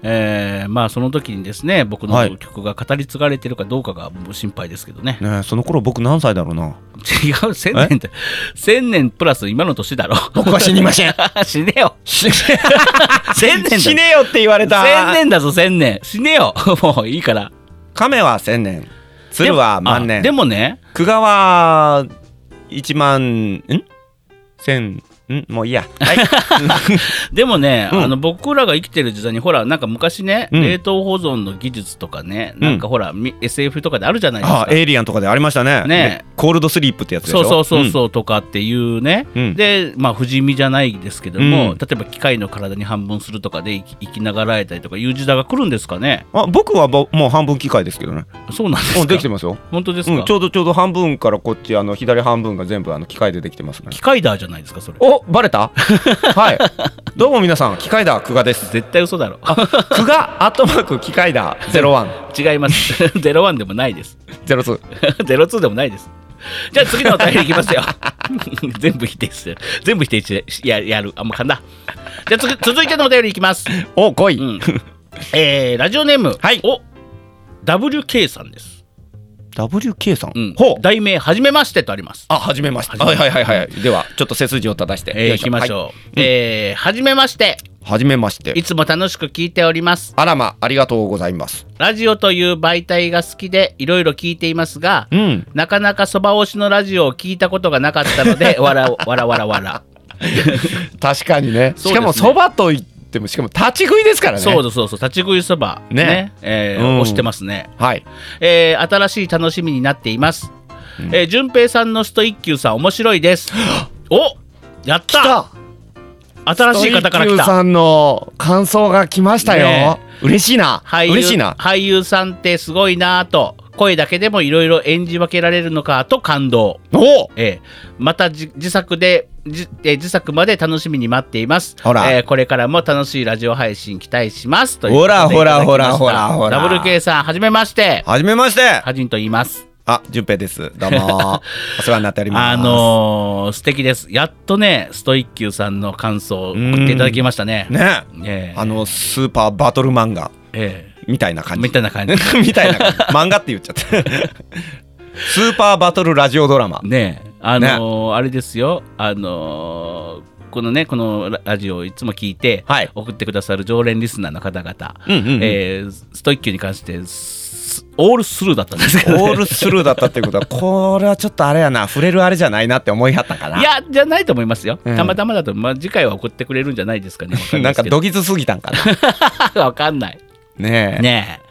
えーまあその時にですね僕
はい
の曲が語り継がれてるかどうかがもう心配ですけど ね。
ねその頃僕何歳だろうな
違う千年って千年プラス今の年だろ
僕は死にません
死ねよ
死ね
千年だ
死ねよって言われた
千年だぞ千年死ねよ もういいから
亀は千年鶴は万
あ
年
でもね
久我は一万ん千んもういいや はい
でもね、
うん
あの僕らが生きてる時代にほらなんか昔ね、
うん
冷凍保存の技術とかね、
ん
なんかほらみ SF とかであるじゃないです
あ
か
エイリアンとかでありましたね
ね
コールドスリープってやつでし
そ
ょ
うそうそう
う
そうとかっていうね、
うん
でまあ不死身じゃないですけども、
うん
例えば機械の体に半分するとかで生き生きながらえたりとかいう時代が来るんですかね
んあ僕はぼもう半分機械ですけどね
そうなんです
う
か
んできてますよ
本当ですか、
うんちょうどちょうど半分からこっちあの左半分が全部あの機械でできてますね
機械だじゃないですかそれ
おバレた はいどうも皆さん機械だ久我 です
絶対嘘だろ
久我アットマーク機械だゼロワン
違います01 でもないです
ゼロツー
02でもないですじゃあ次のお便りいきますよ 全部否定する全部否定してややるあもう噛んだじゃあつぐ続いてのお便りいきます、
お来い、
うんえーラジオネーム、
はい
お WK さんです
WK さん、
うん
ほう
題名はじめましてとあります
あ始めましたはいはいはいはいではちょっと背筋を正して、
えー、いきましょう、
は
えーはじめまして
い、初めまして
いつも楽しく聞いております
あらまありがとうございます
ラジオという媒体が好きでいろいろ聞いていますが、
ん
なかなかそば推しのラジオを聞いたことがなかったのでわらわらわら わら
確かにね
そ
し
うですね
かもそばといってもしかも立ち食いですからね
そうそうそう立ち食いそばね
ね
えー
うん
推してますね、
はい
えー新しい楽しみになっています、えー、順平さんのスト一休さん面白いですおやった新しい方から
ストイッキュ
来
ー
た
さんの感想が来ましたよ、
ね
嬉しいな
俳優
嬉しいな
俳優さんってすごいなぁと声だけでもいろいろ演じ分けられるのかと感動、
おお
ええまたじ自作でじえー自作まで楽しみに待っています
ほら
えーこれからも楽しいラジオ配信期待しますという
ほら
ことで
ほら
いただきました
ほらほらほら
WK さんはじめまして
はじめまして
はじんと言います
あ、じゅんぺいですどう もお世話になっておりま
あ
す
のー素敵ですやっとねストイッキューさんの感想を送っていただきましたね
ね
ええ
あのスーパーバトル漫画
ええ
みたいな感じ
みたいな感じ
みたいな感じ漫画って言っちゃった スーパーバトルラジオドラマ
ねえあのーあれですよあのーこのねこのララジオをいつも聞いて、
はい
送ってくださる常連リスナーの方々、
うんうんうん
えーストイッキューに関してスオールスルーだったんですけど、ね、
オールスルーだったってことはこれはちょっとあれやな触れるあれじゃないなって思いはったかない
やじゃないと思いますよ、
うん
たまたまだと、まあ、次回は送ってくれるんじゃないですかねわ
なんか
か
どぎつすぎたんか な
分かんない
ねえ
ねえ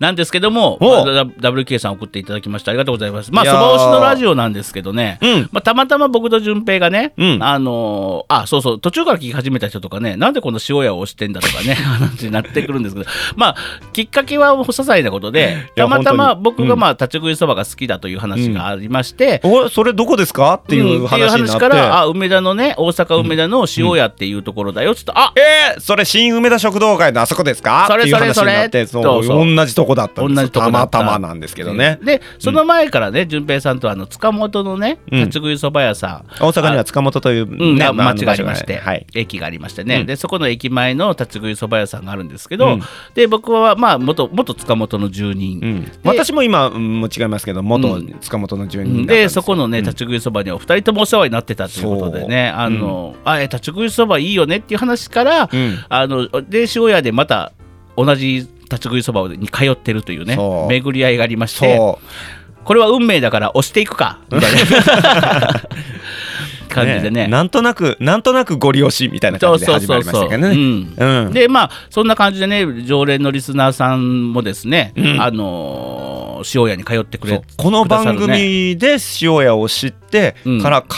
なんですけども、ま
お
あ、ダ WK さん送っていただきましたありがとうございますまあ
い
そ
やー
ば推しのラジオなんですけどね、
うん
まあ、たまたま僕と順平がね、
うん
あのーあそうそう途中から聞き始めた人とかねなんでこの塩屋を推してんだとかね 話になってくるんですけどまあきっかけは些細なことで
いや
たまたま
本当に
僕がまあ立ち食いそばが好きだという話がありまして、
おそれどこですかっていう話に
んっ
な
ていう話
っ
か
て、
らあ梅田のね大阪梅田の塩屋っていうところだよちょっとあ
えー、それ新梅田食堂街のあそこですか
それ
っていう話
それそれ
になってそう
そうそう
同じとこだったんです
同じとこだった
またまなんですけどね、
でその前からね順平さんとあの塚本のね
うん
立ち食いそば屋さん、
大阪には塚本という、
うん
ね
が
まあ
町がありまして、
はい、
駅がありましてね、
うん
でそこの駅前の立ち食いそば屋さんがあるんですけど、
うん
で僕はまあ元元塚本の住人、
うん、私も今うんもう違いますけど元塚本の住人だったん
ですそこのね立ち食いそばにはお二人ともお世話になってたということでね
そう
あの、あえ立ち食いそばいいよねっていう話から、
うん
あので塩屋でまた同じ立ち食いそばに通ってるというね
そう
巡り合いがありまして
そう
これは運命だから押していくかみたい な感じでね
なんとなくなんとなくご利用しみたいな感じで始まりましたけど
そうそうそうそう
ね
うん
うん
でまあそんな感じでね常連のリスナーさんもですね、あのー塩屋に通ってく
そ
れ
うこの番
くださるね
組で塩屋を知って
うん
から通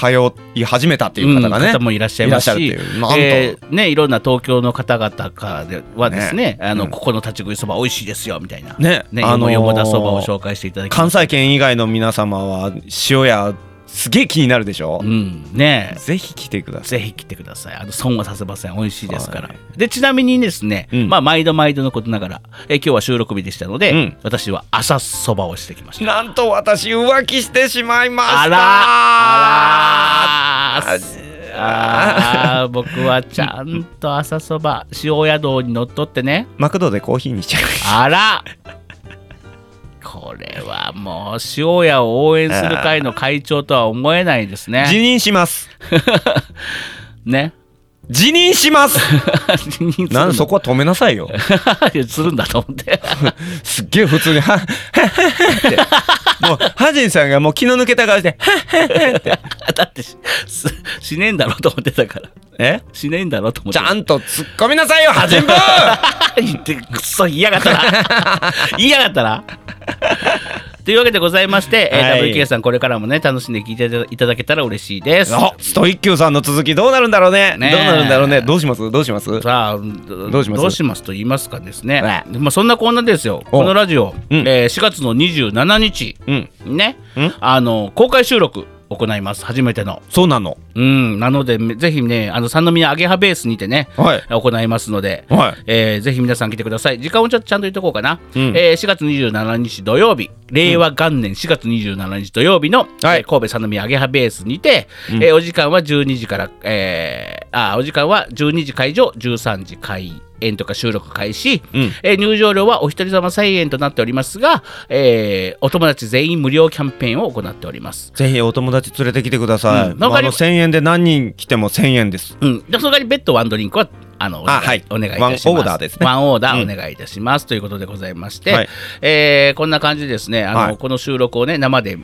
い始めたっていう方がね、
うん方もいらっしゃいますし
いらっしゃるっていうなんと
えーね、いろんな東京の方々からではです
ね
ねあの、
うん
ここの立ち食いそば美味しいですよみたいな、
ね
あ
あ
の
のー
よもだそばを紹介していただき
関西圏以外の皆様は塩屋すげえ気になるでしょ、
うんね
ぜひ来てください
ぜひ来てください。あの損はさせません。美味しいですから。
は
でちなみにですね、
うん
まあ毎度毎度のことながら、えー今日は収録日でしたので、
うん
私は朝そばをしてきました。
なんと私浮気してしまいました
あらあらあー僕はちゃんと朝そば塩宿にのっとってね
マクドでコーヒーにしちゃいました
あらこれはもう塩屋を応援する会の会長とは思えないです
辞
ね。
任します
ね。
辞任し ます
辞任するの
なんそこは止めなさいよ
いやするんだと 思って。
すっげえ普通にはってもうハジンさんがもう気の抜けた顔して
だってしす死ねえんだろうと思ってたから。
え
死ねえんだろうと思っ
ち
てた。
ゃんと突っ込みなさいよハジンブ
言ってくっそ言いやがっ たな言いやがったなというわけでございまして、えー
はい
WK さんこれからもね楽しんで聞いていただけたら嬉しいです
あストイッキューさんの続きどうなるんだろうね
ねえ
どうなるんだろうねどうしますどうします
さあど
どうします
どうしますと言いますかですね、
ね
まあ、そんなこんなですよ
お
このラジオ、
うん
えー4月の27日
うん
ね
うん
あの公開収録行います初めての
そうなの
うんなのでめぜひねあの三宮アゲハベースにてね、
はい
行いますので、
はい
えーぜひ皆さん来てください時間をちょっとちゃんと言っとこうかな、
うん
えー4月27日土曜日令和元年4月27日土曜日の、
はい
えー神戸三宮アゲハベースにて、えーお時間は12時から、えーあーお時間は12時会場13時開円とか収録開始、
うん
えー入場料はお一人様1000円となっておりますが、えーお友達全員無料キャンペーンを行っております。
ぜひお友達連れてきてください、
うん
まあ、あの
わか
1000円で何人来ても1000円です
うん、でその代わり別途ワンドリンクはあのお願い
あはい
お願いいたします。
ワンオーダーですね
ワンオーダ
う
ー
ん
お願いいたします、ということでございまして、
はい
えーこんな感じでですねあの、
はい
この収録をね生で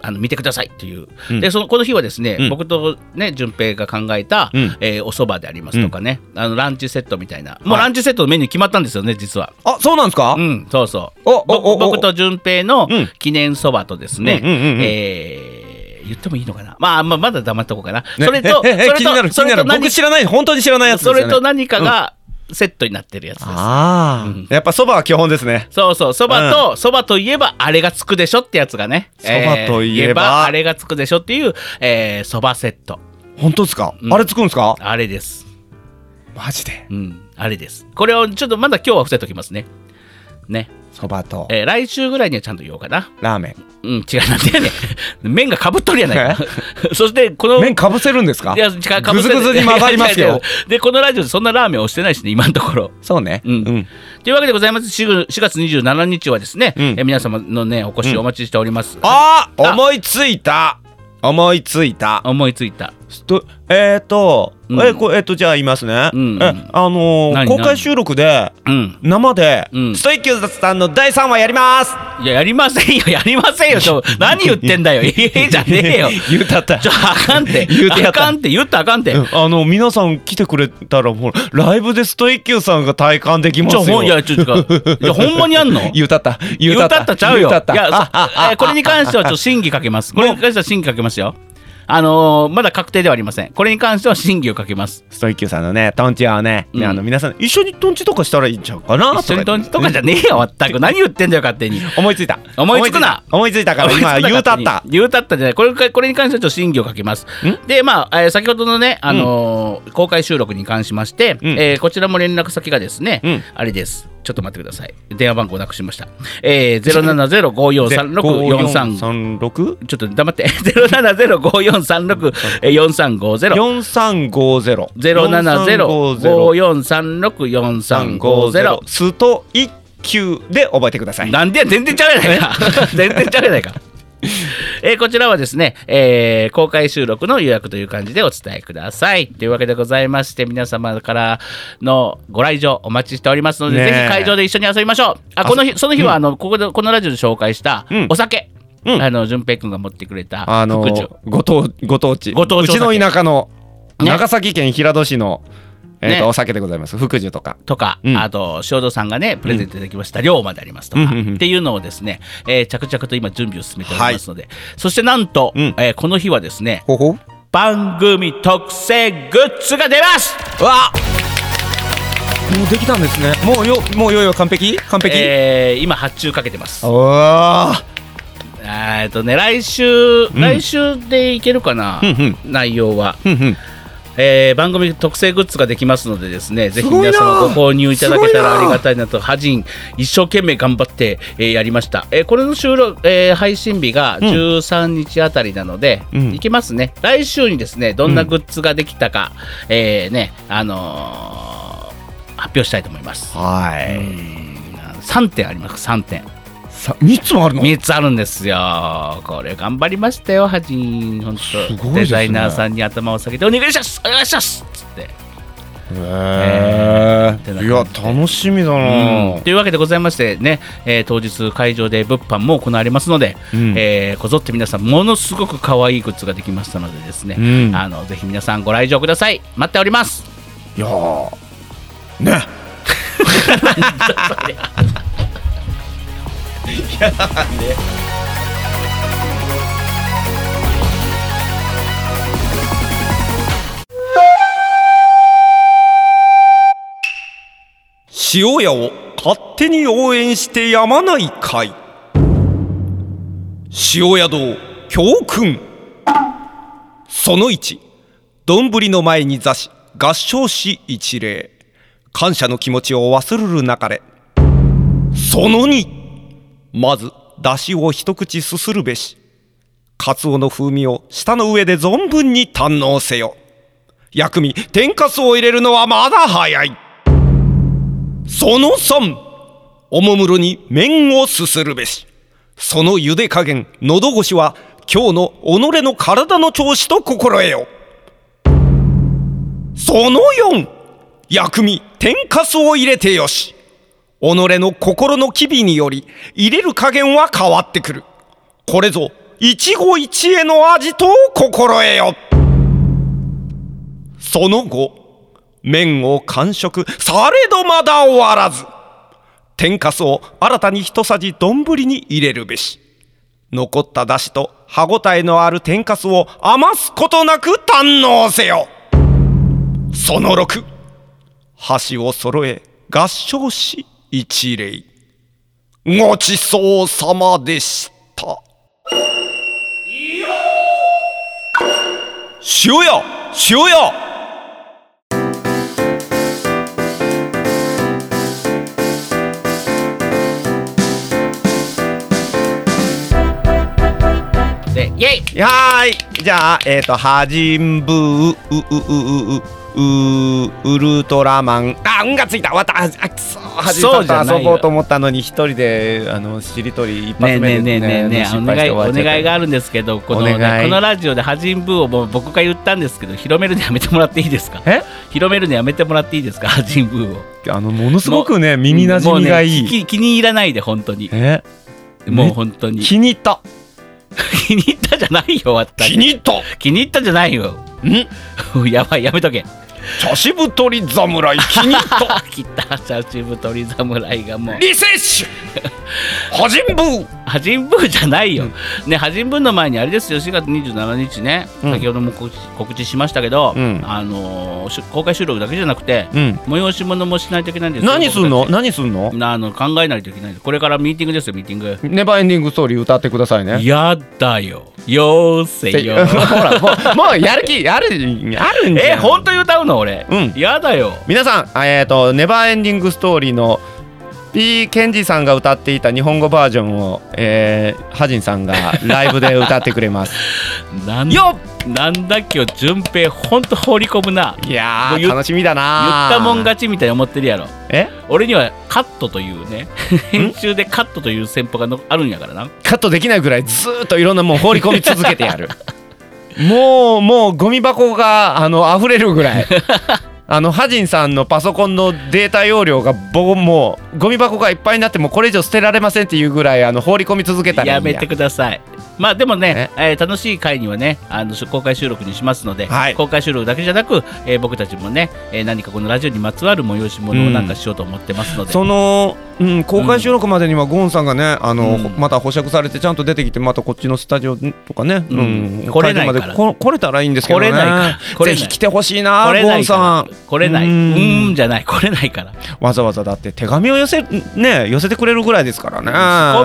あの見てくださいという、
うん
でそのこの日はですね、
うん
僕とね順平が考えた、
うん
えーお蕎麦でありますとかね、あのランチセットみたいなもう
はい
ランチセットのメニュー決まったんですよね実は。
あそうなんですか、
うん、そうそう。
おお
ぼ
おお
僕と順平の
うん
記念そばとですね、
うんうんうんうん
えー言ってもいいのかな。まあ、まあ、まだ黙っとこうかな。
ね
それと、そ
えええ
れ
気になる気
と、そ
に
れ
なる
と
僕
何
知らない本当に知らないやつです
そ
よ、ね、
れと何かがセットになってるやつです。
ああ、やっぱそばは基本ですね
そうそう、そばと、そばといえばあれがつくでしょってやつがね。
蕎麦といえば
あれがつくでしょっていう、えー、そばセット。
本当ですか、
うん
あれ作るんですか
あれです。
マジで
うん、あれです。これをちょっとまだ今日は伏せときますね。ね。
そばと
えー来週ぐらいにはちゃんと言おうかな。
ラーメン
うん、違う、なんでやねん。 麺がかぶっとるやないか。 そして、この、
麺かぶせるんですか
いや、違う、かぶ
ぐずぐずに混ざり ますよ。
で、このラジオでそんなラーメンをしてないしね、今のところ。
そうね
うんというわけでございます。4月27日はですね、
うん
え皆様のね、お越しお待ちしております。
あ
あ
思いついた思いついた
思いついた。
とえっ、ー、と、
うん
えこえっ、とじゃあ言いますね、
うんうん
えあのー
何
公開収録で
うん。
生で、
うん
ストイキューズさんの第3話やり ます
いや、やりませんよ、 やりません よ。ちょ何言ってんだよ。ええじゃねえよ。
言うたった
ちょ、あかんて。
言うてや
あ
った
かんて、言ったらあかんて。
うんあの皆さん来てくれたらもうライブでストイキューさんが体感できます
ちょ、
よ
ほん、いや、ちょ、ちょいや、ほんまにやんの
言うたった
言うたったちゃうよ。い
言
や
たった、
そえーこれに関してはちょっと審議かけます。これに関しては審議かけますよ。あのーまだ確定ではありません。これに関しては審議をかけます。
ストイキューさんのねトンチをね、ね
うん
あの皆さん一緒にトンチとかしたらいいんちゃうかなとか
一緒にとんとかじゃねえよ、全く。何言ってんだよ、勝手に。
思いついた
思いつくな
思いついた思いついたから今言うたった
言うたったじゃないこれかこれに関してはちょっと審議をかけますでまあ、えー先ほどのね、あのー公開収録に関しまして、
うん
えーこちらも連絡先がですね、
うん
あれですちょっと待ってください電話番号をなくしました、えー、0705436435
46
ちょっと黙って、07054364350。
4350
07054364350。
ストイキューで覚えてください
なんでや、全然ちゃうやないか。 全然ちゃうやないか。えーこちらはですね、えー公開収録の予約という感じでお伝えください。というわけでございまして、皆様からのご来場お待ちしておりますので、
ねえ
ぜひ会場で一緒に遊びましょう。あこの日その日は、あのここでこのラジオで紹介した
うん
お酒、
うん
あの順平君が持ってくれた
あの
福寿
ご当ご当地
ご当地お
うちの
酒
田舎の
ね
長崎県平戸市の、えーと
ね
お酒でございます福寿とか
とか、
うん
あと塩戸さんがねプレゼントいただきました量までありますとか、
うんうんうん
っていうのをですね、えー着々と今準備を進めておりますので、そしてなんと、
うん
えーこの日はですね
ほほ
番組特製グッズが出ます
わもうできたんですねもうよもうよいよ完璧完璧、
えー今発注かけてます
おー
えっとね来週、来週でいけるかな、
うん
内容は、
ふんふん
えー番組特製グッズができますのでですねぜひ
すごい
皆
な
様ご購入いただけた
すごい
ら
な
ありがたいなとハジン一生懸命頑張って、えーやりました、えーこれの収録、えー配信日が13日あたりなので、
うん
いけますね来週にですねどんなグッズができたか、えーねあのー発表したいと思います
は
う
い、
ん3点あります3点
さ3つもあるの
3つあるんですよこれ頑張りましたよハジン本
す
当
ごいですね
デザイナーさんに頭を下げてお願いしますお願いしますっつって
へ
ってな
ーいや楽しみだな、
うんというわけでございましてね、えー当日会場で物販も行われますので、
うん
えーこぞって皆さんものすごく可愛いグッズができましたのでですね、
うん
あのぜひ皆さんご来場ください待っております
いやーね 塩屋を勝手に応援してやまない会塩屋堂教訓その1丼の前に座し合唱し一礼感謝の気持ちを忘れるなかれその2まず出汁を一口すするべしカツオの風味を舌の上で存分に堪能せよ薬味天かすを入れるのはまだ早い
その3おもむろに麺をすするべしその茹で加減喉越しは今日の己の体の調子と心得よその4薬味天かすを入れてよし己の心の機微により入れる加減は変わってくるこれぞ一期一会の味と心得よその後麺を完食されどまだ終わらず天かすを新たに一さじ丼に入れるべし残った出汁と歯ごたえのある天かすを余すことなく堪能せよその6箸を揃え合掌し一礼ごちそうさまでした塩屋塩屋
でイエイ
はーいじゃあえっ、ー、と「はじんぶうううううううウルトラマン」あ「うん」がついたわたあくそはじん
そうじゃ
さん
ない
と
よ
遊ぼうと思ったのに一人であのしりとり一
ねえ
発
ね
目
え
で
ねえねえねえ
失
お
敗し
願
て
い
終
お
わっちゃった
願いがあるんですけどこの,、
お願い
このラジオで「はじんぶー」をもう僕が言ったんですけど広めるのやめてもらっていいですか
え
広めるのやめてもらっていいですかはじんぶーを
あのものすごくね耳なじみがい
もうね
い、
気気に入らないで本当に
え
もう本当に
気に入った
気に入ったじゃないよ私
気に入った
気に入ったじゃないよ
ん
やばいやめとけ
茶しぶとり侍気に入った
切ったシャチブトリ侍 がもう
リセッシュはじんぶう
ハジンブーじゃないよ、ねハジンブーの前にあれですよ4月27日ね、
うん
先ほども告知告知しましたけど、
うん
あのーし公開収録だけじゃなくて、
うん
催し物もしないといけないんですよ
何すんの
僕た
何すんの
ちなあの考えないといけないんですこれからミーティングですよミーティング
ネバーエンディングストーリー歌ってくださいね
やだよよーせ
って
よ
ほらもう もうやる気あるあるんじゃん
え本当に歌うの俺、
うん
やだよ
皆さんあえっ、とネバーエンディングストーリーの P ケンジさんが歌っていた日本語バージョンを、えー、ハジンさんがライブで歌ってくれます
なん
よ
なんだっけよ順平ほんと放り込むな
っいや
もう言
ー
っ
楽しみだ
言
なー
ったもん勝ちみたいに思ってるやろ
え
俺にはカットというね編集でカットという戦法がのあるんやからな
カットできないぐらいずーっといろんなもん放り込み続けてやる もうもうゴミ箱があの溢れるぐ らいあのハジンさんのパソコンのデータ容量がぼもうゴミ箱がいっぱいになってもうこれ以上捨てられませんっていうぐらいあの放り込み続けたらいい
や
んや
めてくださいまあでもね、えー楽しい回にはねあのし公開収録にしますので、
はい
公開収録だけじゃなく、えー僕たちもね、えー何かこのラジオにまつわる催し物をなんかしようと思ってますので、
その、うん、公開収録までにはゴンさんがね、あの、
うん
また保釈されてちゃんと出てきてまたこっちのスタジオとかね、
うん来
来
れ
れ
ない
ま
から
でこ来れたらいいんですけどね
来れないから来
ぜ
れない
ひ来てほしいな
来れ
ゴ
な
ン
いか
さ
ら
ん
来れないううんーんじゃない来れないから
わざわざだって手紙を寄せね寄せてくれるぐらいですからね
仕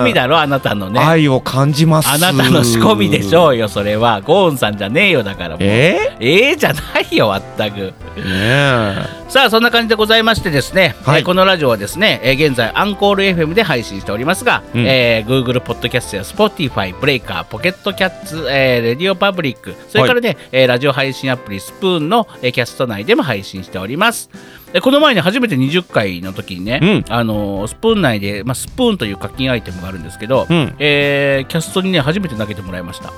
込みだろあなたのね
愛を感じます
あなたの仕込みでしょうよそれはゴーンさんじゃねえよだからもう
え
えー、じゃないよまったく
ー、ね
さあそんな感じでございましてですね、
はい
えーこのラジオはですね、えー現在アンコール FM で配信しておりますが、
うん
えー Google ポッドキャストや Spotify ブレイカーポケットキャッツ、えーレディオパブリックそれからね、えーラジオ配信アプリスプーンの、えーキャスト内でも配信しておりますでこの前に初めて20回の時にね、
うん
あのースプーン内で、まあ、スプーンという課金アイテムがあるんですけど、
うん
えーキャストにね初めて投げてもらいました、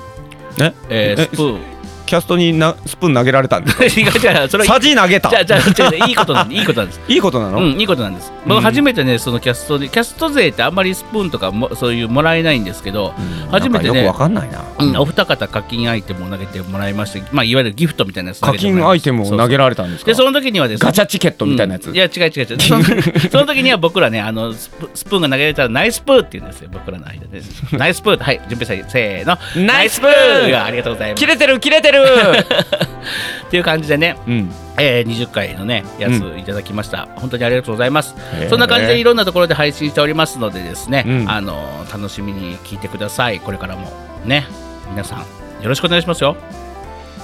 え
えー
え
スプーン
キャストになスプーン投げられたんです
違う違 うそれ
サジ投げた
じゃあじゃあじゃあいいことなんでいいことなんです
いいことなの、
うん、いいことなんです。僕初めてね、そのキャストで、キャスト税ってあんまりスプーンとかもそういうもらえないんですけど、初めて
なんかよ
ね
くわ、かんないな、
うんお二方課金アイテムを投げてもらいまして、まあ、いわゆるギフトみたいなやつ
課金アイテムを投げ
る
られたんですか
で、その時にはですね
ガチャチケットみたいなやつ、
うんいや違う違う 違うそのその時には僕らねあのスプスプーンが投げられたらナイスプーって言うんですよ僕らの間 でナイスプーはい準備さんせーの
ナイスプー
ありがとうございます
切れてる切れてる
っていう感じでね
うん
えー、20回のねやつ
う
いただきました、本当にありがとうございます
へー
そんな感じでいろんなところで配信しておりますのでですね、
うん
あのー楽しみに聞いてくださいこれからもね皆さんよろしくお願いしますよ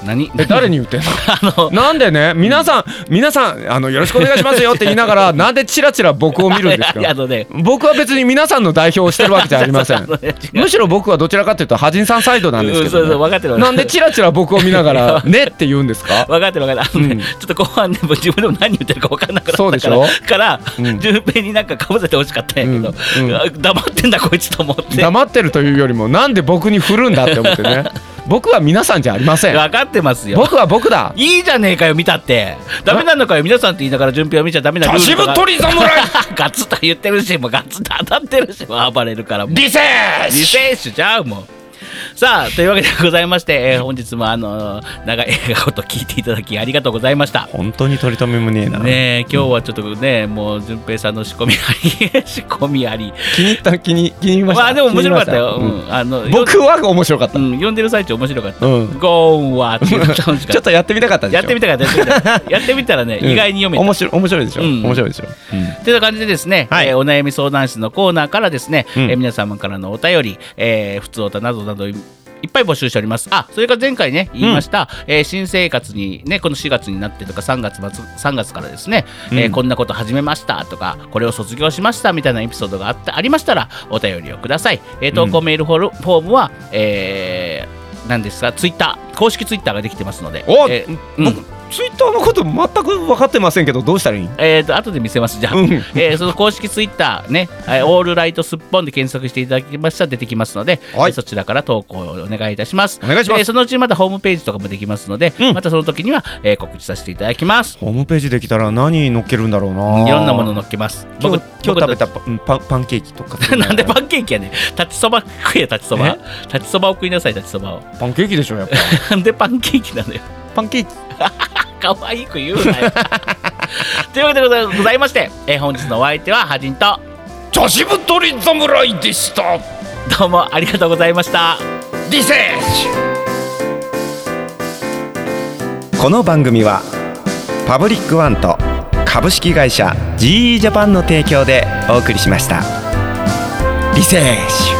何
え誰に言 ってんのなんでね皆さん皆さんあのよろしくお願いしますよって言い ながらなんでチラチラ僕を見るんです
いや あ
か
のね
僕は別に皆さんの代表をしてるわけじゃありません
そうそうそう
むしろ僕はどちらかというと羽人さんサイドなんですけ
うんそうそう
ど
分かってる
ね
分か
な
ってる
んでチラチラ僕を見ながら「ね」って言うん ですか
分かってる分かってる、あのねちょっと後半でも自分でも何言ってるか分かんなくなったから
そうでしょ
から、
うん
順平になんかかぶせてほしかったんやけど、
うんうん
あ 黙ってんだこいつと思って
黙ってるというよりもなんで僕に振るんだって思ってね僕は皆さんじゃありません
分かってますよ
僕は僕だ
いいじゃねえかよ見たってダメなのかよ皆さんって言いながら順平を見ちゃダメなルールとか
り侍
ガツッと言ってるしもうガツッと当たってるしもう暴れるからもう
リセー
リセッシュちゃうもんさあというわけでございまして、えー本日もあのー長い映画こと聞いていただきありがとうございました
本当に取り留めもねえな、
ねえ今日はちょっとねもう順平さんの仕込み あり仕込みあり
気に入った気に気に入りました
まあでも面白かったよ、
気に入りまし
うんあの
た僕は面白かった
ようん、読んでる最中面白かった「
うん
ゴーンは」って楽しかった
ちょっとやってみたかったでしょ
やってみたかったやってみたかったやってみたらね、
うん
意外に読めた
面白い面白いでしょ、
うん
面白いでしょ、
という感じでですね、
はい
えーお悩み相談室のコーナーからですね、
うん
えー皆様からのお便り、えー、普通おたなどなどいいっぱい募集しております。あ、それから前回ね、言いました、えー新生活にね、この4月になってとか、3月末、3月からですね、えーこんなこと始めましたとか、これを卒業しましたみたいなエピソードがあったありましたら、お便りをください。えー投稿メールフォルフォームは、えー、なんですが、ツイッター、公式ツイッターができてますので、
お
えーうん
僕ツイッターのこと全く分かってませんけどどうしたらいい
えー、と後で見せますじゃあ、
うん
えーその公式ツイッターね、はい、オールライトすっぽんで検索していただきましたら出てきますので、
はい
えーそちらから投稿をお願いいたします
お願いします
えーそのうちまたホームページとかもできますので、またその時には、えー告知させていただきます
ホームページできたら何乗っけるんだろうない
ろんなもの載っけます
今日今日食べた
僕
パうんパンパンケーキとか
なんでパンケーキやねん立ちそば食え立ちそば立ちそばを食いなさい立ちそばを
パンケーキでしょやっぱ
なんでパンケーキなのよ
パンケーキ
可愛く言う なよというわけでございまして、えー本日のお相手はハジンと
女子太り侍でした
どうもありがとうございました
リセーチ
この番組はパブリックワンと株式会社 GE ジャパンの提供でお送りしましたリセッシュ